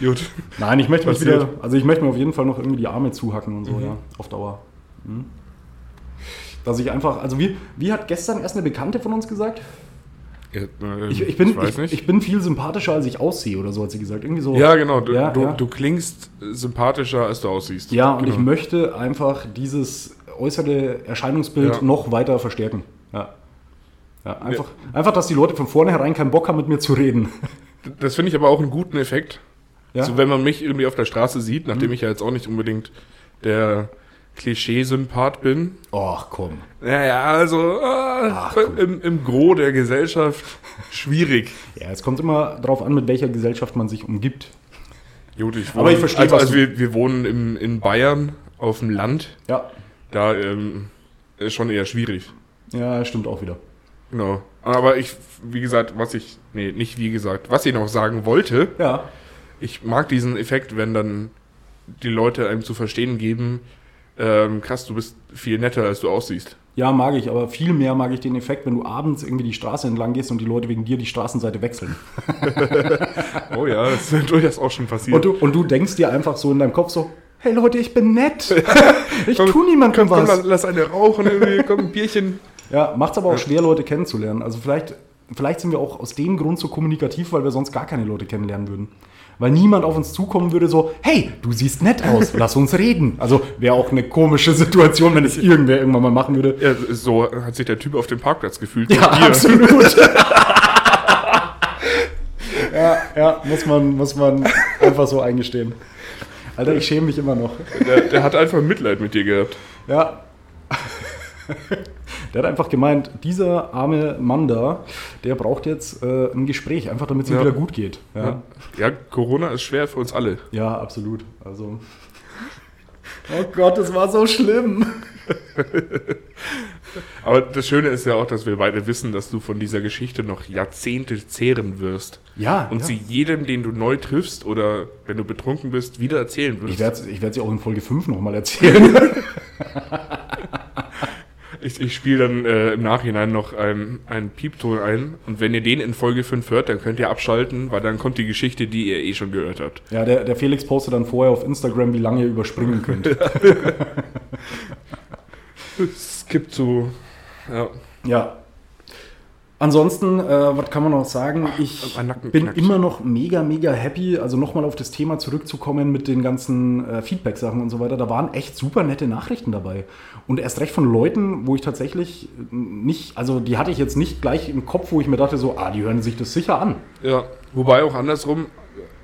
[SPEAKER 2] Gut.
[SPEAKER 1] Nein, ich möchte mich
[SPEAKER 2] Passiert.
[SPEAKER 1] wieder, also ich möchte mir auf jeden Fall noch irgendwie die Arme zuhacken und so, ja, auf Dauer. Mhm. Dass ich einfach, also wie, wie hat gestern erst eine Bekannte von uns gesagt?
[SPEAKER 2] Ja, ähm,
[SPEAKER 1] Ich, ich, bin,
[SPEAKER 2] ich weiß
[SPEAKER 1] ich,
[SPEAKER 2] nicht.
[SPEAKER 1] ich bin viel sympathischer, als ich aussehe oder so, hat sie gesagt. Irgendwie so.
[SPEAKER 2] ja, genau. Du,
[SPEAKER 1] Ja,
[SPEAKER 2] du,
[SPEAKER 1] ja.
[SPEAKER 2] du klingst sympathischer, als du aussiehst.
[SPEAKER 1] Ja, und ich
[SPEAKER 2] Genau.
[SPEAKER 1] möchte einfach dieses äußere Erscheinungsbild
[SPEAKER 2] Ja.
[SPEAKER 1] noch weiter verstärken. Ja. Ja, einfach, einfach, dass die Leute von vornherein keinen Bock haben, mit mir zu reden.
[SPEAKER 2] Das finde ich aber auch einen guten Effekt.
[SPEAKER 1] Ja? Mhm.
[SPEAKER 2] So, wenn man mich irgendwie auf der Straße sieht, nachdem ich ja jetzt auch nicht unbedingt der Klischee-Sympath bin.
[SPEAKER 1] Ach komm.
[SPEAKER 2] Naja, also äh,
[SPEAKER 1] Ach,
[SPEAKER 2] im, im Gros der Gesellschaft schwierig.
[SPEAKER 1] Ja, es kommt immer drauf an, mit welcher Gesellschaft man sich umgibt.
[SPEAKER 2] Gut, ich
[SPEAKER 1] Aber
[SPEAKER 2] wohne-
[SPEAKER 1] ich verstehe,
[SPEAKER 2] also,
[SPEAKER 1] was
[SPEAKER 2] also
[SPEAKER 1] du-
[SPEAKER 2] wir, wir wohnen im, in Bayern auf dem Land.
[SPEAKER 1] Ja.
[SPEAKER 2] Da ähm, ist schon eher schwierig.
[SPEAKER 1] Ja, stimmt auch wieder.
[SPEAKER 2] Genau. Aber ich, wie gesagt, was ich, nee, nicht wie gesagt, was ich noch sagen wollte,
[SPEAKER 1] Ja.
[SPEAKER 2] ich mag diesen Effekt, wenn dann die Leute einem zu verstehen geben, ähm, krass, du bist viel netter, als du aussiehst.
[SPEAKER 1] Ja, mag ich, aber viel mehr mag ich den Effekt, wenn du abends irgendwie die Straße entlang gehst und die Leute wegen dir die Straßenseite wechseln.
[SPEAKER 2] Oh ja, das ist durchaus auch schon passiert.
[SPEAKER 1] Und du, und du denkst dir einfach so in deinem Kopf so, hey Leute, ich bin nett. Ich
[SPEAKER 2] Komm,
[SPEAKER 1] tu niemandem
[SPEAKER 2] komm,
[SPEAKER 1] was.
[SPEAKER 2] lass, lass eine rauchen, irgendwie, komm, ein Bierchen.
[SPEAKER 1] Ja, macht's aber auch schwer, Leute kennenzulernen. Also vielleicht, vielleicht sind wir auch aus dem Grund so kommunikativ, weil wir sonst gar keine Leute kennenlernen würden. Weil niemand auf uns zukommen würde so, hey, du siehst nett aus, lass uns reden. Also wäre auch eine komische Situation, wenn es irgendwer irgendwann mal machen würde.
[SPEAKER 2] Ja, so hat sich der Typ auf dem Parkplatz gefühlt.
[SPEAKER 1] Ja,
[SPEAKER 2] Hier.
[SPEAKER 1] absolut. ja, ja, muss man, muss man einfach so eingestehen. Alter, ich schäme mich immer noch.
[SPEAKER 2] Der, der hat einfach Mitleid mit dir gehabt.
[SPEAKER 1] Ja. Der hat einfach gemeint, dieser arme Mann da, der braucht jetzt äh, ein Gespräch, einfach damit es ihm
[SPEAKER 2] Ja.
[SPEAKER 1] wieder gut geht. Ja,
[SPEAKER 2] Ja. Corona ist schwer für uns alle.
[SPEAKER 1] ja absolut. Also. Oh Gott, das war so schlimm.
[SPEAKER 2] Aber das Schöne ist ja auch, dass wir beide wissen, dass du von dieser Geschichte noch Jahrzehnte zehren wirst.
[SPEAKER 1] Ja,
[SPEAKER 2] Und
[SPEAKER 1] ja.
[SPEAKER 2] sie jedem, den du neu triffst oder wenn du betrunken bist, wieder erzählen wirst.
[SPEAKER 1] Ich werde ich werd sie auch in Folge 5 nochmal erzählen.
[SPEAKER 2] Ich, ich spiele dann äh, im Nachhinein noch ein, einen Piepton ein und wenn ihr den in Folge 5 hört, dann könnt ihr abschalten, weil dann kommt die Geschichte, die ihr eh schon gehört habt.
[SPEAKER 1] Ja, der, der Felix postet dann vorher auf Instagram, wie lange ihr überspringen könnt.
[SPEAKER 2] Skip zu. Ja.
[SPEAKER 1] Ja. Ansonsten, äh, was kann man noch sagen? Ich
[SPEAKER 2] mein Ah, Nacken
[SPEAKER 1] bin
[SPEAKER 2] knackt.
[SPEAKER 1] immer noch mega, mega happy. Also nochmal auf das Thema zurückzukommen mit den ganzen äh, Feedback-Sachen und so weiter. Da waren echt super nette Nachrichten dabei. Und erst recht von Leuten, wo ich tatsächlich nicht, also die hatte ich jetzt nicht gleich im Kopf, wo ich mir dachte, so, ah, die hören sich das sicher an.
[SPEAKER 2] ja. Wobei auch andersrum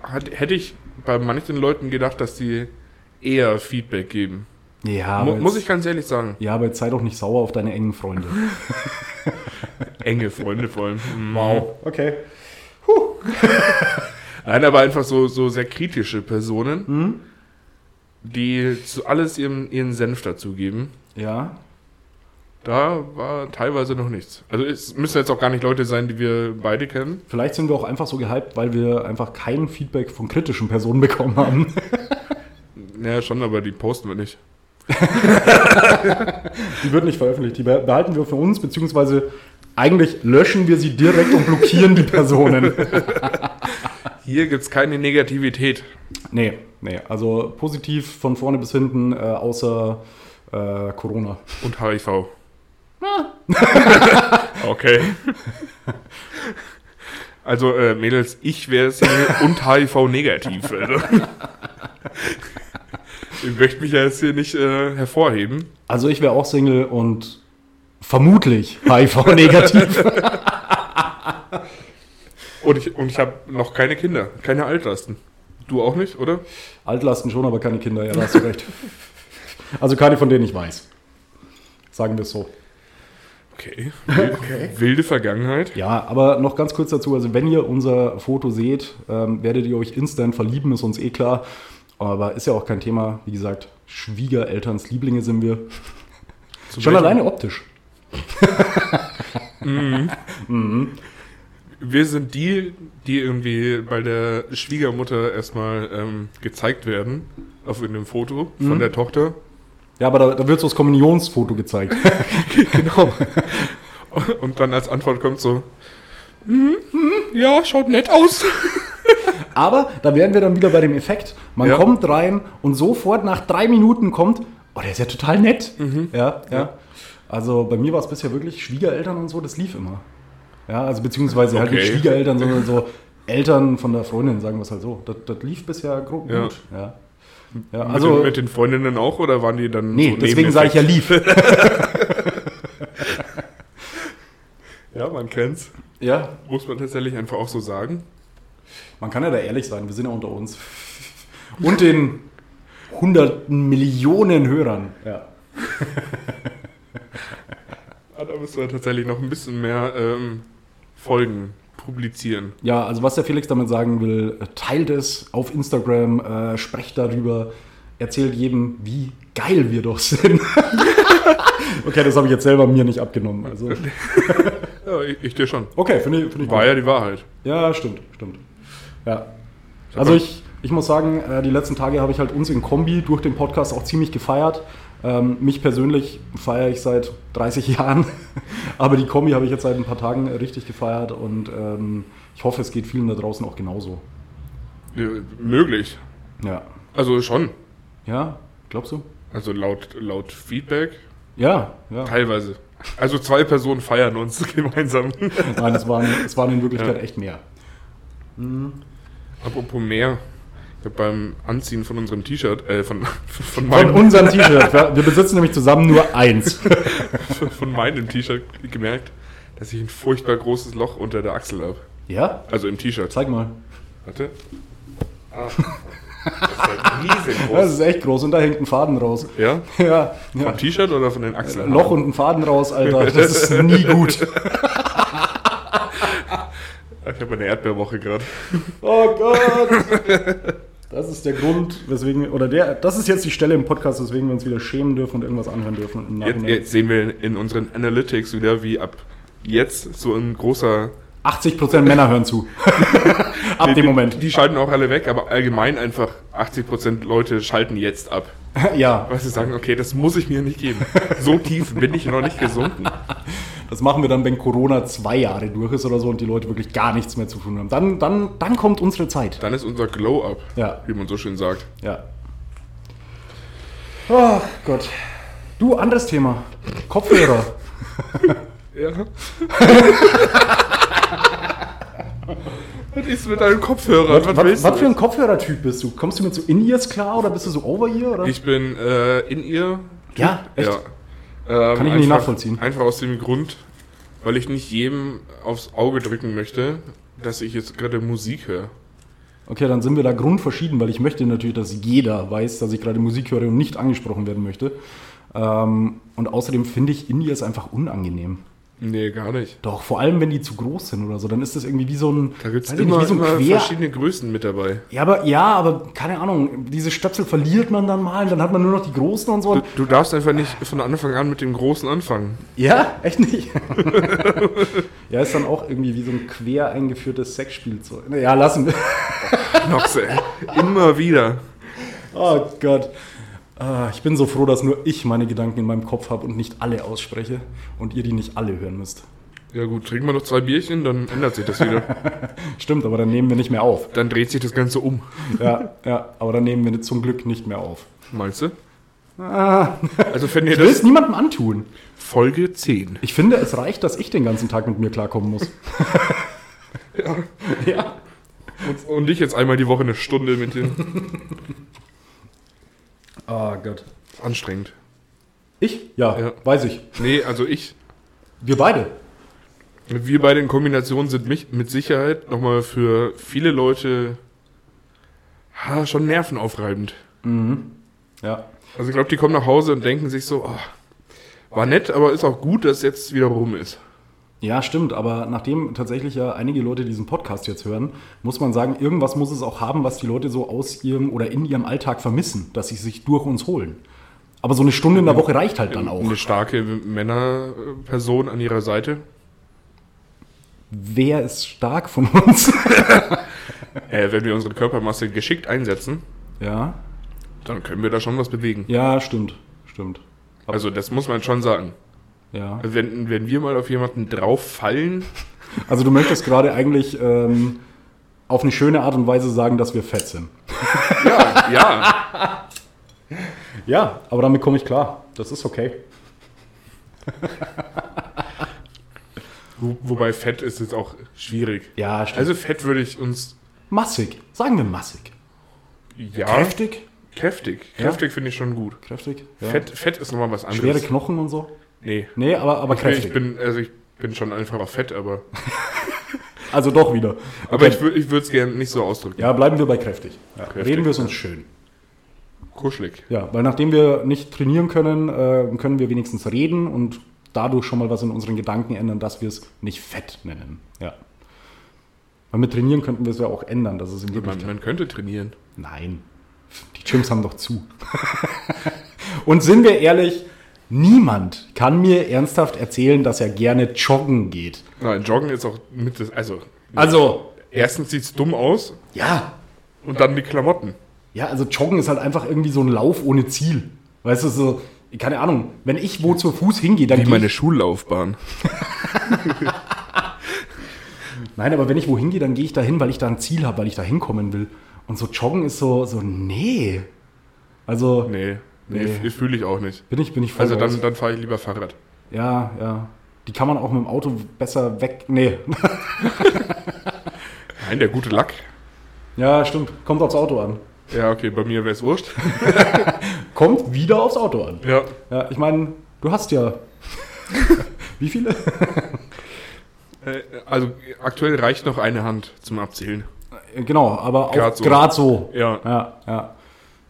[SPEAKER 2] hat, hätte ich bei manchen Leuten gedacht, dass die eher Feedback geben.
[SPEAKER 1] Ja,
[SPEAKER 2] Mu-
[SPEAKER 1] aber
[SPEAKER 2] muss
[SPEAKER 1] jetzt,
[SPEAKER 2] ich ganz ehrlich sagen.
[SPEAKER 1] ja, aber jetzt sei doch nicht sauer auf deine engen Freunde.
[SPEAKER 2] Enge Freunde vor allem. Wow.
[SPEAKER 1] Okay.
[SPEAKER 2] Nein, aber einfach so, so sehr kritische Personen, die zu alles ihren, ihren Senf dazugeben.
[SPEAKER 1] Ja.
[SPEAKER 2] Da war teilweise noch nichts. Also es müssen jetzt auch gar nicht Leute sein, die wir beide kennen.
[SPEAKER 1] Vielleicht sind wir auch einfach so gehypt, weil wir einfach kein Feedback von kritischen Personen bekommen haben.
[SPEAKER 2] Ja, schon, aber die posten wir nicht.
[SPEAKER 1] Die wird nicht veröffentlicht. Die beh- behalten wir für uns, beziehungsweise eigentlich löschen wir sie direkt und blockieren die Personen.
[SPEAKER 2] Hier gibt es keine Negativität.
[SPEAKER 1] Nee, nee. Also positiv von vorne bis hinten, äh, außer äh, Corona.
[SPEAKER 2] Und HIV. okay. Also, äh, Mädels, ich wäre Single und HIV-negativ. Also. Ich möchte mich ja jetzt hier nicht äh, hervorheben.
[SPEAKER 1] Also ich wäre auch Single und vermutlich HIV-negativ.
[SPEAKER 2] Und ich, und ich habe noch keine Kinder, keine Altlasten. Du auch nicht, oder?
[SPEAKER 1] Altlasten schon, aber keine Kinder, ja, da hast du recht. Also keine, von denen ich weiß. Sagen wir es so.
[SPEAKER 2] Okay. Wilde Vergangenheit.
[SPEAKER 1] Ja, aber noch ganz kurz dazu, also wenn ihr unser Foto seht, ähm, werdet ihr euch instant verlieben, ist uns eh klar. Aber ist ja auch kein Thema. Wie gesagt, Schwiegerelterns Lieblinge sind wir.
[SPEAKER 2] Zum
[SPEAKER 1] Schon
[SPEAKER 2] Beispiel-
[SPEAKER 1] alleine optisch.
[SPEAKER 2] Wir sind die, die irgendwie bei der Schwiegermutter erstmal ähm, gezeigt werden, auf in dem Foto
[SPEAKER 1] Mhm.
[SPEAKER 2] von der Tochter.
[SPEAKER 1] Ja, aber da, da wird so das Kommunionsfoto gezeigt.
[SPEAKER 2] Genau. Und dann als Antwort kommt so, "Mhm, mhm, ja, schaut nett aus.
[SPEAKER 1] Aber da wären wir dann wieder bei dem Effekt. Man
[SPEAKER 2] Ja.
[SPEAKER 1] kommt rein und sofort nach drei Minuten kommt, oh, der ist ja total nett. Ja, ja,
[SPEAKER 2] Mhm. Ja.
[SPEAKER 1] Also bei mir war es bisher wirklich Schwiegereltern und so, das lief immer. Ja, also beziehungsweise halt nicht
[SPEAKER 2] Okay.
[SPEAKER 1] Schwiegereltern, sondern so Eltern von der Freundin, sagen wir es halt so. Das, das lief bisher gro-
[SPEAKER 2] Ja.
[SPEAKER 1] gut. Ja. Ja,
[SPEAKER 2] Also
[SPEAKER 1] also,
[SPEAKER 2] mit, den Freundinnen auch oder waren die dann
[SPEAKER 1] nee,
[SPEAKER 2] so
[SPEAKER 1] deswegen sage ich ja lief.
[SPEAKER 2] Nebeneffekt? Ja, man kennt's.
[SPEAKER 1] ja,
[SPEAKER 2] Muss man tatsächlich einfach auch so sagen.
[SPEAKER 1] man kann ja da ehrlich sein, wir sind ja unter uns. Und den hunderten Millionen Hörern. Ja.
[SPEAKER 2] Ah, da müssen wir tatsächlich noch ein bisschen mehr ähm, Folgen publizieren.
[SPEAKER 1] Ja, also was der Felix damit sagen will, teilt es auf Instagram, äh, sprecht darüber, erzählt jedem, wie geil wir doch sind. okay, das habe ich jetzt selber mir nicht abgenommen. Also,
[SPEAKER 2] Ja, ich, ich dir schon.
[SPEAKER 1] okay, finde ich, find ich
[SPEAKER 2] War ja die Wahrheit.
[SPEAKER 1] Ja, stimmt, stimmt. Ja. Also ich, ich muss sagen, äh, die letzten Tage habe ich halt uns in Kombi durch den Podcast auch ziemlich gefeiert. Ähm, mich persönlich feiere ich seit 30 Jahren, aber die Kombi habe ich jetzt seit ein paar Tagen richtig gefeiert und ähm, ich hoffe, es geht vielen da draußen auch genauso.
[SPEAKER 2] Ja, Möglich.
[SPEAKER 1] Ja.
[SPEAKER 2] Also schon.
[SPEAKER 1] Ja, glaubst du?
[SPEAKER 2] Also laut, laut Feedback.
[SPEAKER 1] Ja, ja.
[SPEAKER 2] Teilweise. Also zwei Personen feiern uns gemeinsam.
[SPEAKER 1] Nein, es waren, es waren in Wirklichkeit
[SPEAKER 2] Ja. Mhm.
[SPEAKER 1] echt mehr.
[SPEAKER 2] Apropos mehr. Ich habe beim Anziehen von unserem T-Shirt, äh, von, von,
[SPEAKER 1] Von
[SPEAKER 2] meinem,
[SPEAKER 1] unserem T-Shirt. Wir wir besitzen nämlich zusammen nur eins.
[SPEAKER 2] von meinem T-Shirt gemerkt, dass ich ein furchtbar großes Loch unter der Achsel habe.
[SPEAKER 1] Ja?
[SPEAKER 2] Also im T-Shirt.
[SPEAKER 1] Zeig mal.
[SPEAKER 2] Warte. Ah. Das ist
[SPEAKER 1] Das
[SPEAKER 2] riesengroß.
[SPEAKER 1] ist echt groß und da hängt ein Faden raus.
[SPEAKER 2] Ja?
[SPEAKER 1] Ja, ja.
[SPEAKER 2] Vom T-Shirt oder von den Achseln?
[SPEAKER 1] Loch und ein Faden raus, Alter. Das ist nie gut.
[SPEAKER 2] Ich habe eine Erdbeerwoche gerade.
[SPEAKER 1] Oh Gott. Das ist der Grund, weswegen, oder der, das ist jetzt die Stelle im Podcast, weswegen wir uns wieder schämen dürfen und irgendwas anhören dürfen. Im
[SPEAKER 2] Jetzt,
[SPEAKER 1] Nachhinein.
[SPEAKER 2] jetzt sehen wir in unseren Analytics wieder, wie ab jetzt so ein großer
[SPEAKER 1] 80% Männer hören zu. Ab dem
[SPEAKER 2] Die- die-
[SPEAKER 1] Moment.
[SPEAKER 2] Die schalten auch alle weg, aber allgemein einfach 80% Leute schalten jetzt ab.
[SPEAKER 1] Ja,
[SPEAKER 2] Weil sie sagen, okay, das muss ich mir nicht geben. So tief bin ich noch nicht gesunken.
[SPEAKER 1] Das machen wir dann, wenn Corona zwei Jahre durch ist oder so und die Leute wirklich gar nichts mehr zu tun haben. Dann, dann, dann kommt unsere Zeit.
[SPEAKER 2] Dann ist unser Glow-Up,
[SPEAKER 1] Ja.
[SPEAKER 2] wie man so schön sagt.
[SPEAKER 1] Ja. Ach Gott. Du, anderes Thema. Kopfhörer.
[SPEAKER 2] Ja. was ist mit deinem Kopfhörer?
[SPEAKER 1] was, was, was für ein
[SPEAKER 2] du?
[SPEAKER 1] Kopfhörertyp bist du? Kommst du mit so In-Ears klar oder bist du so Over-Ear? Oder?
[SPEAKER 2] Ich bin äh, in ihr.
[SPEAKER 1] ja, echt.
[SPEAKER 2] Ja. Ähm,
[SPEAKER 1] Kann ich nicht
[SPEAKER 2] einfach,
[SPEAKER 1] nachvollziehen.
[SPEAKER 2] Einfach aus dem Grund, weil ich nicht jedem aufs Auge drücken möchte, dass ich jetzt gerade Musik höre.
[SPEAKER 1] Okay, dann sind wir da grundverschieden, weil ich möchte natürlich, dass jeder weiß, dass ich gerade Musik höre und nicht angesprochen werden möchte. Ähm, und außerdem finde ich In-Ears einfach unangenehm.
[SPEAKER 2] Nee, gar nicht.
[SPEAKER 1] Doch, vor allem wenn die zu groß sind oder so, dann ist das irgendwie wie so ein.
[SPEAKER 2] Da gibt es
[SPEAKER 1] weiß ich nicht,
[SPEAKER 2] immer,
[SPEAKER 1] wie so ein
[SPEAKER 2] immer
[SPEAKER 1] Quer-
[SPEAKER 2] verschiedene Größen mit dabei.
[SPEAKER 1] Ja, aber ja, aber keine Ahnung, diese Stöpsel verliert man dann mal, dann hat man nur noch die großen und so.
[SPEAKER 2] Du, du darfst einfach nicht von Anfang an mit dem Großen anfangen.
[SPEAKER 1] ja, echt nicht. ja, ist dann auch irgendwie wie so ein quer eingeführtes Sexspielzeug. Ja, lassen wir.
[SPEAKER 2] Knox, ey. Immer wieder.
[SPEAKER 1] Oh Gott. Ah, Ich bin so froh, dass nur ich meine Gedanken in meinem Kopf habe und nicht alle ausspreche und ihr die nicht alle hören müsst.
[SPEAKER 2] Ja gut, trinken wir noch zwei Bierchen, dann ändert sich das wieder.
[SPEAKER 1] Stimmt, aber dann nehmen wir nicht mehr auf.
[SPEAKER 2] Dann dreht sich das Ganze um.
[SPEAKER 1] Ja, ja, aber dann nehmen wir zum Glück nicht mehr auf.
[SPEAKER 2] Meinst du?
[SPEAKER 1] Ah,
[SPEAKER 2] Also wenn ihr
[SPEAKER 1] ich will es
[SPEAKER 2] das...
[SPEAKER 1] niemandem antun.
[SPEAKER 2] Folge 10.
[SPEAKER 1] Ich finde, es reicht, dass ich den ganzen Tag mit mir klarkommen muss. ja. ja.
[SPEAKER 2] Und, und ich jetzt einmal die Woche eine Stunde mit dir.
[SPEAKER 1] Oh Gott.
[SPEAKER 2] Anstrengend.
[SPEAKER 1] Ich? Ja,
[SPEAKER 2] Ja.
[SPEAKER 1] weiß ich.
[SPEAKER 2] Nee, also ich.
[SPEAKER 1] Wir beide.
[SPEAKER 2] Wir beide in Kombination sind mich mit Sicherheit nochmal für viele Leute ha, schon nervenaufreibend.
[SPEAKER 1] Ja.
[SPEAKER 2] Also ich glaube, die kommen nach Hause und denken sich so, oh, war nett, aber ist auch gut, dass jetzt wieder rum ist.
[SPEAKER 1] Ja, stimmt, aber nachdem tatsächlich ja einige Leute diesen Podcast jetzt hören, muss man sagen, irgendwas muss es auch haben, was die Leute so aus ihrem oder in ihrem Alltag vermissen, dass sie sich durch uns holen. Aber so eine Stunde in der Woche reicht halt dann auch.
[SPEAKER 2] Eine starke Männerperson an ihrer Seite.
[SPEAKER 1] Wer ist stark von uns?
[SPEAKER 2] Äh, wenn wir unsere Körpermasse geschickt einsetzen,
[SPEAKER 1] ja.
[SPEAKER 2] dann können wir da schon was bewegen.
[SPEAKER 1] Ja, stimmt. Stimmt.
[SPEAKER 2] Also das muss man schon sagen.
[SPEAKER 1] Ja.
[SPEAKER 2] Wenn, wenn wir mal auf jemanden drauf fallen,
[SPEAKER 1] Also du möchtest gerade eigentlich ähm, auf eine schöne Art und Weise sagen, dass wir fett sind.
[SPEAKER 2] ja,
[SPEAKER 1] Ja, aber damit komme ich klar. Das ist okay.
[SPEAKER 2] Wo, wobei Fett ist jetzt auch schwierig.
[SPEAKER 1] Ja, stimmt.
[SPEAKER 2] Also Fett würde ich uns
[SPEAKER 1] massig. Sagen wir massig.
[SPEAKER 2] ja
[SPEAKER 1] Kräftig?
[SPEAKER 2] kräftig,
[SPEAKER 1] Ja.
[SPEAKER 2] kräftig finde ich schon gut.
[SPEAKER 1] Kräftig? Ja.
[SPEAKER 2] Fett, Fett ist nochmal was
[SPEAKER 1] Schwere
[SPEAKER 2] anderes.
[SPEAKER 1] Knochen und so?
[SPEAKER 2] Nee.
[SPEAKER 1] Nee, aber, aber kräftig.
[SPEAKER 2] Ich bin also ich bin schon einfach auf Fett, aber
[SPEAKER 1] also doch wieder.
[SPEAKER 2] aber
[SPEAKER 1] Okay.
[SPEAKER 2] ich, wür- ich würde es gerne nicht so ausdrücken.
[SPEAKER 1] ja, bleiben wir bei kräftig. Ja.
[SPEAKER 2] Kräftig.
[SPEAKER 1] Reden wir es uns schön.
[SPEAKER 2] Kuschelig.
[SPEAKER 1] Ja, weil nachdem wir nicht trainieren können, äh, können wir wenigstens reden und dadurch schon mal was in unseren Gedanken ändern, dass wir es nicht fett nennen. Ja. Weil mit trainieren könnten wir es ja auch ändern, dass es in
[SPEAKER 2] Man,
[SPEAKER 1] Wirklichkeit
[SPEAKER 2] man könnte trainieren.
[SPEAKER 1] Nein. Die Gyms haben doch zu. Und sind wir ehrlich, niemand kann mir ernsthaft erzählen, dass er gerne joggen geht.
[SPEAKER 2] Nein, Joggen ist auch mit das also
[SPEAKER 1] Also,
[SPEAKER 2] erstens sieht's dumm aus
[SPEAKER 1] ja,
[SPEAKER 2] und dann die Klamotten.
[SPEAKER 1] ja, also joggen ist halt einfach irgendwie so ein Lauf ohne Ziel. Weißt du, so, keine Ahnung, wenn ich wo zu Fuß hingehe, dann
[SPEAKER 2] Wie
[SPEAKER 1] gehe
[SPEAKER 2] meine
[SPEAKER 1] ich,
[SPEAKER 2] Schullaufbahn.
[SPEAKER 1] Nein, aber wenn ich wo hingehe, dann gehe ich da hin, weil ich da ein Ziel habe, weil ich da hinkommen will. Und so joggen ist so, so, nee. Also,
[SPEAKER 2] Nee, nee,
[SPEAKER 1] Nee.
[SPEAKER 2] fühle ich auch nicht.
[SPEAKER 1] bin ich, bin ich voll
[SPEAKER 2] Also
[SPEAKER 1] raus.
[SPEAKER 2] dann, dann fahre ich lieber Fahrrad.
[SPEAKER 1] Ja, ja. Die kann man auch mit dem Auto besser weg. Nee.
[SPEAKER 2] Nein, der gute Lack.
[SPEAKER 1] Ja, stimmt. Kommt aufs Auto an.
[SPEAKER 2] Ja, okay, bei mir wäre es wurscht.
[SPEAKER 1] Kommt wieder aufs Auto an.
[SPEAKER 2] Ja.
[SPEAKER 1] Ja, ich meine, du hast ja. Wie viele?
[SPEAKER 2] Äh, Also aktuell reicht noch eine Hand zum Abzählen.
[SPEAKER 1] Genau, aber auch
[SPEAKER 2] Grad so.
[SPEAKER 1] gerade so.
[SPEAKER 2] Ja.
[SPEAKER 1] Ja, ja.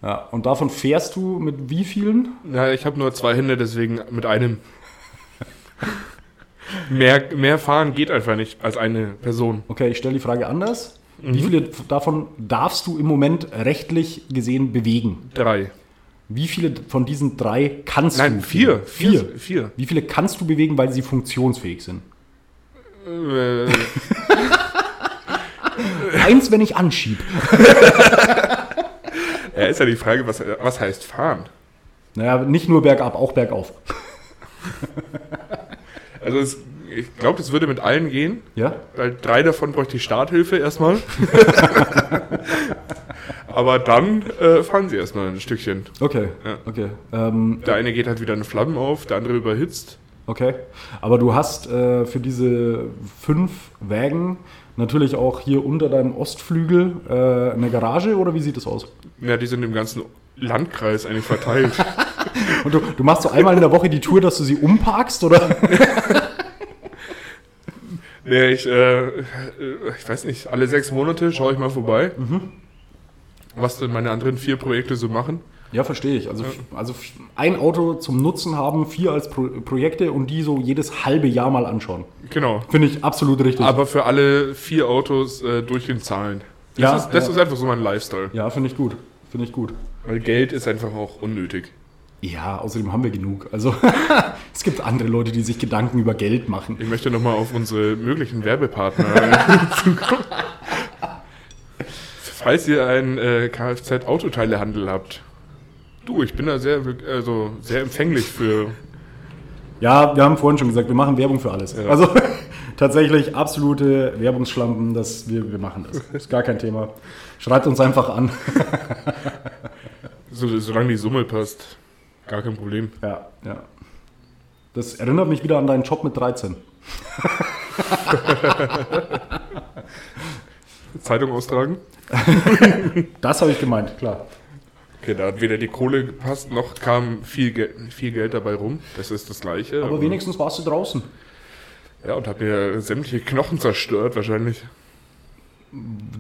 [SPEAKER 1] Ja, und davon fährst du mit wie vielen?
[SPEAKER 2] Na, ich habe nur zwei Hände, deswegen mit einem. mehr, mehr fahren geht einfach nicht als eine Person.
[SPEAKER 1] Okay, ich stelle die Frage anders.
[SPEAKER 2] Mhm.
[SPEAKER 1] Wie viele davon darfst du im Moment rechtlich gesehen bewegen?
[SPEAKER 2] Drei.
[SPEAKER 1] Wie viele von diesen drei kannst du?
[SPEAKER 2] Nein, vier.
[SPEAKER 1] Vier.
[SPEAKER 2] Vier. Vier.
[SPEAKER 1] Wie viele kannst du bewegen, weil sie funktionsfähig sind?
[SPEAKER 2] Äh,
[SPEAKER 1] Eins, wenn ich anschieb.
[SPEAKER 2] ja, ist ja die Frage, was, was heißt fahren?
[SPEAKER 1] Naja, nicht nur bergab, auch bergauf.
[SPEAKER 2] Also es, ich glaube, das würde mit allen gehen.
[SPEAKER 1] Ja?
[SPEAKER 2] Weil drei davon bräuchte ich Starthilfe erstmal. Aber dann äh, fahren sie erstmal ein Stückchen.
[SPEAKER 1] Okay.
[SPEAKER 2] Ja.
[SPEAKER 1] Okay. Ähm,
[SPEAKER 2] Der eine geht halt wieder in Flammen auf, der andere überhitzt.
[SPEAKER 1] okay. Aber du hast äh, für diese fünf Wägen natürlich auch hier unter deinem Ostflügel äh, eine Garage oder wie sieht das aus?
[SPEAKER 2] Ja, die sind im ganzen Landkreis eigentlich verteilt.
[SPEAKER 1] Und du, du machst so einmal in der Woche die Tour, dass du sie umparkst oder?
[SPEAKER 2] Nee, ich, äh, äh, ich weiß nicht, alle sechs Monate schaue ich mal vorbei, was denn meine anderen vier Projekte so machen.
[SPEAKER 1] Ja, verstehe ich. Also, also ein Auto zum Nutzen haben, vier als Pro Projekte und die so jedes halbe Jahr mal anschauen.
[SPEAKER 2] Genau.
[SPEAKER 1] Finde ich absolut richtig.
[SPEAKER 2] Aber für alle vier Autos äh, durch den Zahlen. Das,
[SPEAKER 1] Ja,
[SPEAKER 2] ist, das
[SPEAKER 1] ja.
[SPEAKER 2] ist einfach so mein Lifestyle.
[SPEAKER 1] ja, finde ich gut. Finde ich gut.
[SPEAKER 2] Weil Geld ist einfach auch unnötig.
[SPEAKER 1] Ja, außerdem haben wir genug. Also es gibt andere Leute, die sich Gedanken über Geld machen.
[SPEAKER 2] Ich möchte nochmal auf unsere möglichen Werbepartner zukommen. Falls ihr einen äh, Kfz-Autoteilehandel habt. Du, ich bin da sehr, wirk- also sehr empfänglich für.
[SPEAKER 1] Ja, wir haben vorhin schon gesagt, wir machen Werbung für alles. Also tatsächlich absolute Werbungsschlampen, dass wir, wir machen das. Ist gar kein Thema. Schreibt uns einfach an.
[SPEAKER 2] So, solange die Summe passt, gar kein Problem.
[SPEAKER 1] Ja, ja. Das erinnert mich wieder an deinen Job mit 13.
[SPEAKER 2] Zeitung austragen?
[SPEAKER 1] Das habe ich gemeint, klar.
[SPEAKER 2] Okay, da hat weder die Kohle gepasst, noch kam viel, Gel viel Geld dabei rum. Das ist das Gleiche.
[SPEAKER 1] Aber wenigstens warst du draußen.
[SPEAKER 2] Ja, und hat mir sämtliche Knochen zerstört, wahrscheinlich.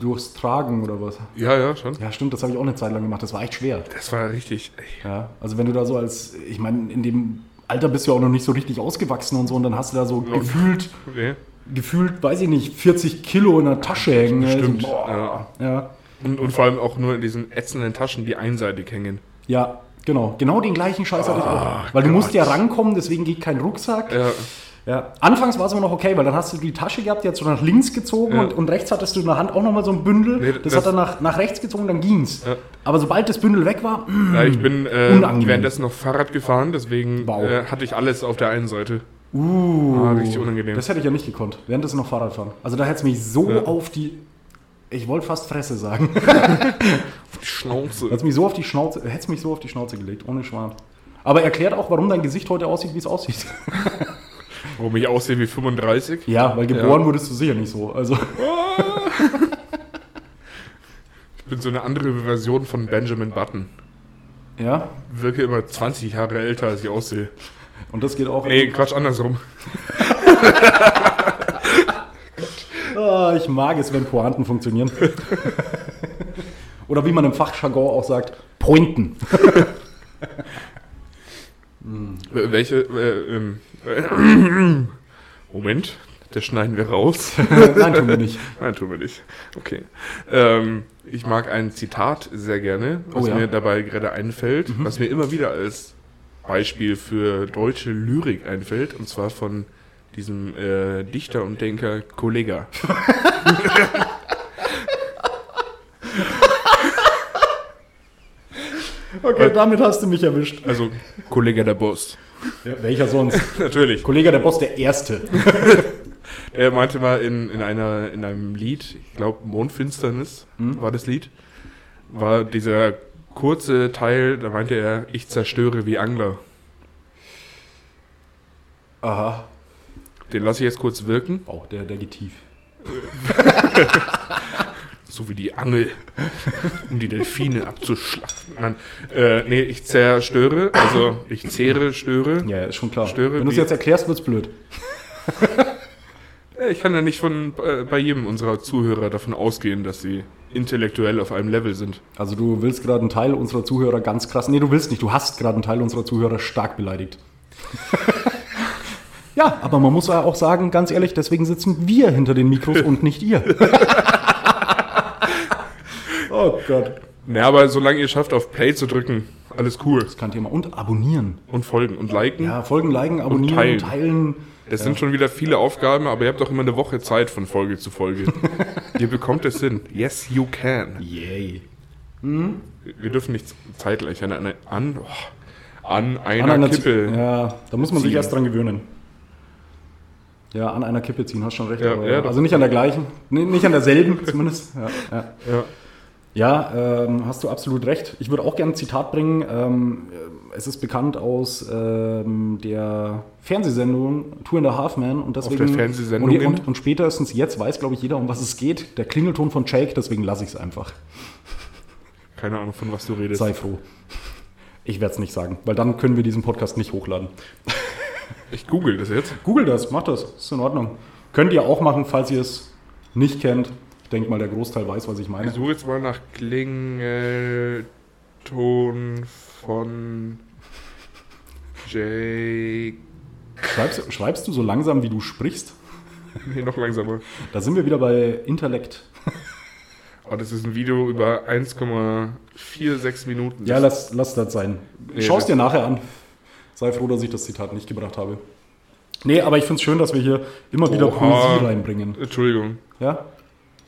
[SPEAKER 1] Durchs Tragen oder was?
[SPEAKER 2] Ja, ja, schon.
[SPEAKER 1] Ja, stimmt, das habe ich auch eine Zeit lang gemacht. Das war echt schwer.
[SPEAKER 2] Das war richtig. Ey.
[SPEAKER 1] Ja, also wenn du da so als, ich meine, in dem Alter bist du ja auch noch nicht so richtig ausgewachsen und so und dann hast du da so gefühlt,
[SPEAKER 2] Okay.
[SPEAKER 1] gefühlt, weiß ich nicht, 40 Kilo in der Tasche hängen.
[SPEAKER 2] Stimmt.
[SPEAKER 1] So, Also, boah. ja.
[SPEAKER 2] Und, und vor allem auch nur in diesen ätzenden Taschen, die einseitig hängen.
[SPEAKER 1] ja, genau. Genau den gleichen Scheiß hatte ich auch. Weil du musst ja rankommen, deswegen geht kein Rucksack.
[SPEAKER 2] Ah, Ja,
[SPEAKER 1] Ja. Anfangs war es immer noch okay, weil dann hast du die Tasche gehabt, die hat so nach links gezogen
[SPEAKER 2] Ja.
[SPEAKER 1] und, und rechts hattest du in der Hand auch nochmal so ein Bündel.
[SPEAKER 2] Nee,
[SPEAKER 1] das,
[SPEAKER 2] das-
[SPEAKER 1] hat dann nach, nach rechts gezogen, dann ging's.
[SPEAKER 2] Ja.
[SPEAKER 1] Aber sobald das Bündel weg war, mm,
[SPEAKER 2] ja ich bin äh,
[SPEAKER 1] Unangenehm.
[SPEAKER 2] währenddessen noch Fahrrad gefahren, deswegen
[SPEAKER 1] Wow.
[SPEAKER 2] äh, hatte ich alles auf der einen Seite.
[SPEAKER 1] Uh,
[SPEAKER 2] Ah, richtig unangenehm.
[SPEAKER 1] Das hätte ich ja nicht gekonnt, währenddessen noch Fahrrad fahren. Also da hätte es mich so
[SPEAKER 2] Ja.
[SPEAKER 1] auf die. Ich wollte fast Fresse sagen.
[SPEAKER 2] Die Schnauze.
[SPEAKER 1] Hätte mich so auf die Schnauze, hätte es mich so auf die Schnauze gelegt, ohne Schwan. Aber erklärt auch, warum dein Gesicht heute aussieht, wie es aussieht.
[SPEAKER 2] Warum ich aussehe wie 35?
[SPEAKER 1] Ja, weil geboren
[SPEAKER 2] Ja.
[SPEAKER 1] wurdest du sicher nicht so. Also
[SPEAKER 2] Ah. Ich bin so eine andere Version von Benjamin Button.
[SPEAKER 1] ja,
[SPEAKER 2] Wirke immer 20 Jahre älter, als ich aussehe.
[SPEAKER 1] und das geht auch.
[SPEAKER 2] Nee, Quatsch, andersrum.
[SPEAKER 1] Ah, ich mag es, wenn Pointen funktionieren. Oder wie man im Fachjargon auch sagt, Pointen.
[SPEAKER 2] Wel- Welche, äh, ähm, Moment, das schneiden wir raus.
[SPEAKER 1] Nein, tun wir nicht.
[SPEAKER 2] Nein, tun wir nicht. Okay. Ähm, ich mag ein Zitat sehr gerne, was
[SPEAKER 1] Oh ja. Mhm.
[SPEAKER 2] mir dabei gerade einfällt, was mir immer wieder als Beispiel für deutsche Lyrik einfällt, und zwar von diesem äh, Dichter und Denker Kollega.
[SPEAKER 1] Okay, damit hast du mich erwischt.
[SPEAKER 2] Also Kollega der Boss.
[SPEAKER 1] Ja, welcher sonst?
[SPEAKER 2] Natürlich.
[SPEAKER 1] Kollege der Boss, der Erste.
[SPEAKER 2] Er meinte mal in, in, einer, in einem Lied, ich glaube Mondfinsternis war das Lied, war dieser kurze Teil, da meinte er, ich zerstöre wie Angler.
[SPEAKER 1] Aha.
[SPEAKER 2] Den lasse ich jetzt kurz wirken,
[SPEAKER 1] Oh, der, der geht tief.
[SPEAKER 2] so wie die Angel, um die Delfine abzuschlachten. Nein, äh, nee, ich zerstöre, also ich zehre, störe.
[SPEAKER 1] Ja, ja, ist schon klar.
[SPEAKER 2] Störe
[SPEAKER 1] Wenn du es
[SPEAKER 2] die-
[SPEAKER 1] jetzt erklärst, wird's blöd.
[SPEAKER 2] Äh, Ich kann ja nicht von äh, bei jedem unserer Zuhörer davon ausgehen, dass sie intellektuell auf einem Level sind.
[SPEAKER 1] Also du willst gerade einen Teil unserer Zuhörer ganz krass. Nee, du willst nicht. Du hast gerade einen Teil unserer Zuhörer stark beleidigt. ja, aber man muss ja auch sagen, ganz ehrlich, deswegen sitzen wir hinter den Mikros und nicht ihr. oh Gott.
[SPEAKER 2] Na, aber solange ihr schafft, auf Play zu drücken, alles cool.
[SPEAKER 1] Kein Thema. Und abonnieren.
[SPEAKER 2] Und folgen und liken.
[SPEAKER 1] Ja, folgen, liken, abonnieren,
[SPEAKER 2] teilen.
[SPEAKER 1] teilen.
[SPEAKER 2] Das sind schon wieder viele Aufgaben, aber ihr habt doch immer eine Woche Zeit von Folge zu Folge. ihr bekommt es hin. Yes, you can.
[SPEAKER 1] Yay.
[SPEAKER 2] Wir dürfen nicht zeitgleich an, an, an, oh, an einer,
[SPEAKER 1] An einer
[SPEAKER 2] Kippe.
[SPEAKER 1] Kippe. Ja, da muss man sich
[SPEAKER 2] ziehen.
[SPEAKER 1] erst dran gewöhnen. Ja, an einer Kippe ziehen, hast schon recht.
[SPEAKER 2] Ja,
[SPEAKER 1] aber-
[SPEAKER 2] ja, doch.
[SPEAKER 1] also nicht an der gleichen, nee, nicht an derselben zumindest. Ja, ja.
[SPEAKER 2] Ja.
[SPEAKER 1] Ja, ähm, hast du absolut recht. Ich würde auch gerne ein Zitat bringen. Ähm, äh, es ist bekannt aus ähm, der Fernsehsendung Two and a Half Man und deswegen
[SPEAKER 2] der Fernsehsendung
[SPEAKER 1] und,
[SPEAKER 2] hin?
[SPEAKER 1] und, und spätestens jetzt weiß, glaube ich, jeder, um was es geht. Der Klingelton von Jake, deswegen lasse ich es einfach.
[SPEAKER 2] Keine Ahnung, von was du redest.
[SPEAKER 1] Sei froh. Ich werde es nicht sagen, weil dann können wir diesen Podcast nicht hochladen.
[SPEAKER 2] Ich google das jetzt.
[SPEAKER 1] Google das, macht das, ist in Ordnung. Könnt ihr auch machen, falls ihr es nicht kennt. Ich denke mal, der Großteil weiß, was ich meine.
[SPEAKER 2] Ich suche jetzt mal nach Klingelton Ton von Jake.
[SPEAKER 1] Schreibst, schreibst du so langsam, wie du sprichst?
[SPEAKER 2] Nee, noch langsamer.
[SPEAKER 1] Da sind wir wieder bei Intellekt.
[SPEAKER 2] Oh, das ist ein Video über 1,46 Minuten.
[SPEAKER 1] Ja, lass, lass das sein.
[SPEAKER 2] Nee,
[SPEAKER 1] Schau es
[SPEAKER 2] das-
[SPEAKER 1] dir nachher an. Sei froh, dass ich das Zitat nicht gebracht habe. Nee, aber ich finde es schön, dass wir hier immer wieder
[SPEAKER 2] Oha.
[SPEAKER 1] Poesie reinbringen.
[SPEAKER 2] Entschuldigung,
[SPEAKER 1] Ja?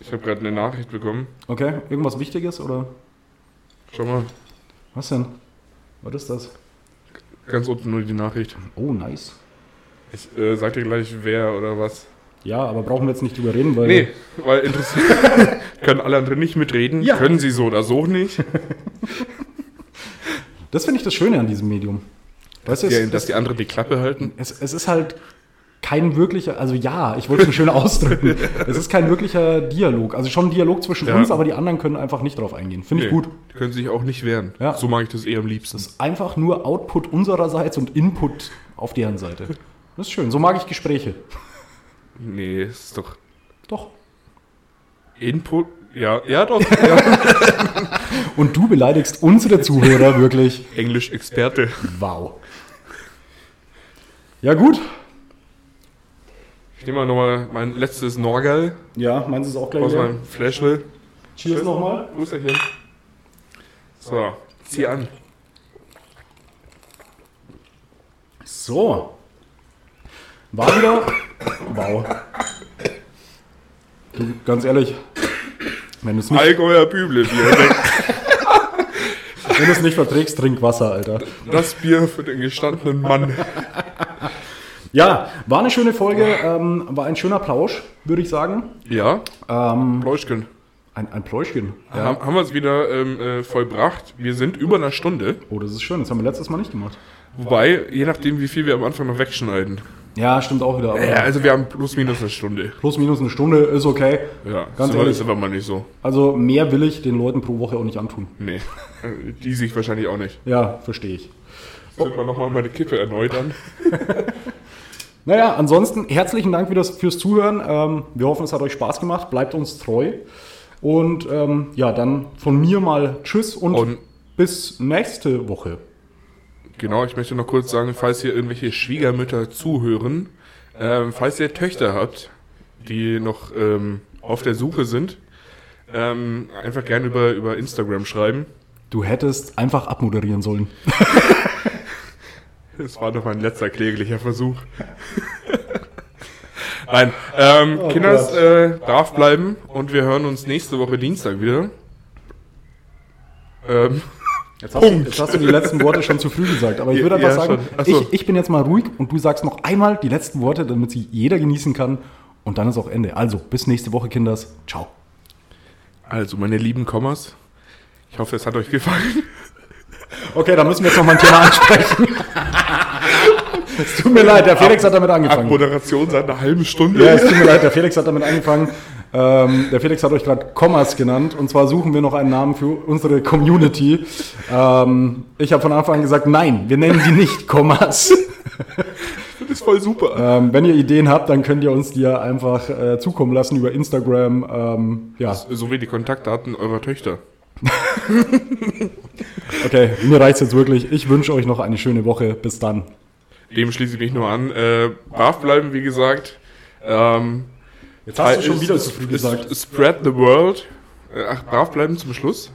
[SPEAKER 2] ich habe gerade eine Nachricht bekommen.
[SPEAKER 1] Okay. Irgendwas Wichtiges oder
[SPEAKER 2] Schau mal,
[SPEAKER 1] was denn? Was ist das?
[SPEAKER 2] ganz unten nur die Nachricht.
[SPEAKER 1] Oh, nice.
[SPEAKER 2] Ich äh, sag dir gleich, wer oder was.
[SPEAKER 1] Ja, aber brauchen wir jetzt nicht drüber reden, weil.
[SPEAKER 2] Nee, weil interessiert können alle anderen nicht mitreden.
[SPEAKER 1] Ja.
[SPEAKER 2] Können sie so oder so nicht.
[SPEAKER 1] Das finde ich das Schöne an diesem Medium. Weißt du,
[SPEAKER 2] Die,
[SPEAKER 1] es,
[SPEAKER 2] dass die anderen die Klappe halten.
[SPEAKER 1] es, es ist halt kein wirklicher, also ja, ich wollte es mir schön ausdrücken. Es ist kein wirklicher Dialog. Also schon ein Dialog zwischen
[SPEAKER 2] Ja.
[SPEAKER 1] uns, aber die anderen können einfach nicht drauf eingehen. Finde ich
[SPEAKER 2] Nee,
[SPEAKER 1] gut.
[SPEAKER 2] Die können sich auch nicht wehren.
[SPEAKER 1] Ja.
[SPEAKER 2] So mag ich das eh am liebsten.
[SPEAKER 1] Das ist einfach nur Output unsererseits und Input auf deren Seite. Das ist schön. So mag ich Gespräche.
[SPEAKER 2] nee, es ist doch
[SPEAKER 1] Doch.
[SPEAKER 2] Input. Ja, ja doch. Ja.
[SPEAKER 1] Und du beleidigst unsere Zuhörer wirklich.
[SPEAKER 2] Englisch-Experte.
[SPEAKER 1] Wow. Ja, gut.
[SPEAKER 2] Ich nehme mal nochmal mein letztes Norgal
[SPEAKER 1] Ja, meinst du es auch gleich?
[SPEAKER 2] aus
[SPEAKER 1] leer?
[SPEAKER 2] meinem Fläschle.
[SPEAKER 1] Cheers nochmal.
[SPEAKER 2] Prüsterchen. So, zieh an.
[SPEAKER 1] So. War wieder. Wow. Du, ganz ehrlich, wenn du es nicht,
[SPEAKER 2] Allgäuer Büblebier.
[SPEAKER 1] wenn du es nicht verträgst, trink Wasser, Alter.
[SPEAKER 2] Das Bier für den gestandenen Mann.
[SPEAKER 1] Ja, war eine schöne Folge, ähm, war ein schöner Plausch, würde ich sagen.
[SPEAKER 2] Ja,
[SPEAKER 1] Ähm,
[SPEAKER 2] Bräuschken.
[SPEAKER 1] ein, ein Pläuschchen.
[SPEAKER 2] Haben, haben wir es wieder ähm, äh, vollbracht. Wir sind über einer Stunde.
[SPEAKER 1] Oh, das ist schön. Das haben wir letztes Mal nicht gemacht.
[SPEAKER 2] Wobei, je nachdem, wie viel wir am Anfang noch wegschneiden.
[SPEAKER 1] Ja, stimmt auch wieder. Aber
[SPEAKER 2] Ja, also wir haben plus minus eine Stunde.
[SPEAKER 1] Plus, minus eine Stunde ist okay.
[SPEAKER 2] Ja,
[SPEAKER 1] Ganz
[SPEAKER 2] so
[SPEAKER 1] ehrlich.
[SPEAKER 2] ist aber mal nicht so.
[SPEAKER 1] Also mehr will ich den Leuten pro Woche auch nicht antun.
[SPEAKER 2] Nee, Äh, die sich wahrscheinlich auch nicht.
[SPEAKER 1] Ja, verstehe ich.
[SPEAKER 2] Zünd mal nochmal meine Kippe erneut an.
[SPEAKER 1] Naja, ansonsten herzlichen Dank wieder fürs Zuhören. Ähm, wir hoffen, es hat euch Spaß gemacht. Bleibt uns treu. Und ähm, ja, dann von mir mal Tschüss und,
[SPEAKER 2] Und-
[SPEAKER 1] bis nächste Woche.
[SPEAKER 2] Genau, ich möchte noch kurz sagen, falls hier irgendwelche Schwiegermütter zuhören, ähm, falls ihr Töchter habt, die noch ähm, auf der Suche sind, ähm, einfach gerne über, über Instagram schreiben.
[SPEAKER 1] Du hättest einfach abmoderieren sollen.
[SPEAKER 2] Das war noch mein letzter kläglicher Versuch. Nein, ähm,
[SPEAKER 1] Oh
[SPEAKER 2] Kinders, äh, brav bleiben und wir hören uns nächste Woche Dienstag wieder. Ähm,
[SPEAKER 1] Jetzt hast, du-
[SPEAKER 2] Punkt.
[SPEAKER 1] jetzt hast du die letzten Worte schon zu früh gesagt. Aber ich würde
[SPEAKER 2] Ja,
[SPEAKER 1] einfach sagen,
[SPEAKER 2] schon. Ach so.
[SPEAKER 1] ich, ich bin jetzt mal ruhig und du sagst noch einmal die letzten Worte, damit sie jeder genießen kann. Und dann ist auch Ende. Also, bis nächste Woche, Kinders. Ciao.
[SPEAKER 2] also, meine lieben Kommas, ich hoffe, es hat euch gefallen.
[SPEAKER 1] Okay, dann müssen wir jetzt noch mal ein Thema ansprechen. es tut mir leid, der Felix hat damit angefangen.
[SPEAKER 2] Moderation seit einer halben Stunde.
[SPEAKER 1] Ja, es tut mir leid, der Felix hat damit angefangen. Ähm, der Felix hat euch gerade Kommas genannt und zwar suchen wir noch einen Namen für unsere Community. Ähm, ich habe von Anfang an gesagt, nein, wir nennen die nicht Kommas.
[SPEAKER 2] Das ist voll super.
[SPEAKER 1] Ähm, wenn ihr Ideen habt, dann könnt ihr uns die ja einfach äh, zukommen lassen über Instagram. Ähm, ja,
[SPEAKER 2] Sowie Äh, die Kontaktdaten eurer Töchter.
[SPEAKER 1] okay, mir reicht's jetzt wirklich. Ich wünsche euch noch eine schöne Woche. Bis dann.
[SPEAKER 2] Dem schließe ich mich nur an. Äh, brav bleiben, wie gesagt. Ähm,
[SPEAKER 1] Jetzt hast du schon
[SPEAKER 2] ist-
[SPEAKER 1] wieder zu früh
[SPEAKER 2] ist-
[SPEAKER 1] gesagt.
[SPEAKER 2] ist Spread the world. Äh, Ach, brav bleiben zum Schluss?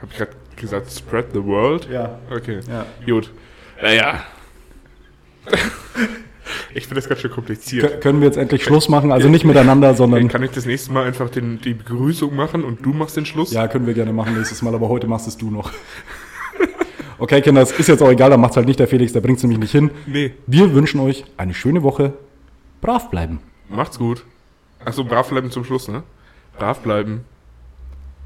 [SPEAKER 2] Hab ich gerade gesagt, spread the world?
[SPEAKER 1] Ja.
[SPEAKER 2] Okay.
[SPEAKER 1] Ja.
[SPEAKER 2] Gut. Naja. ich finde das ganz schön kompliziert.
[SPEAKER 1] Kö- Können wir jetzt endlich Schluss machen? Also nicht miteinander,
[SPEAKER 2] Ey,
[SPEAKER 1] sondern.
[SPEAKER 2] kann ich das nächste Mal einfach den, die Begrüßung machen und du machst den Schluss?
[SPEAKER 1] Ja, können wir gerne machen nächstes Mal, aber heute machst es du noch. Okay, Kinder, es ist jetzt auch egal, dann macht's halt nicht der Felix, der bringt's nämlich nicht hin.
[SPEAKER 2] Nee.
[SPEAKER 1] Wir wünschen euch eine schöne Woche. Brav bleiben.
[SPEAKER 2] Macht's gut. Achso, brav bleiben zum Schluss, ne? Brav bleiben.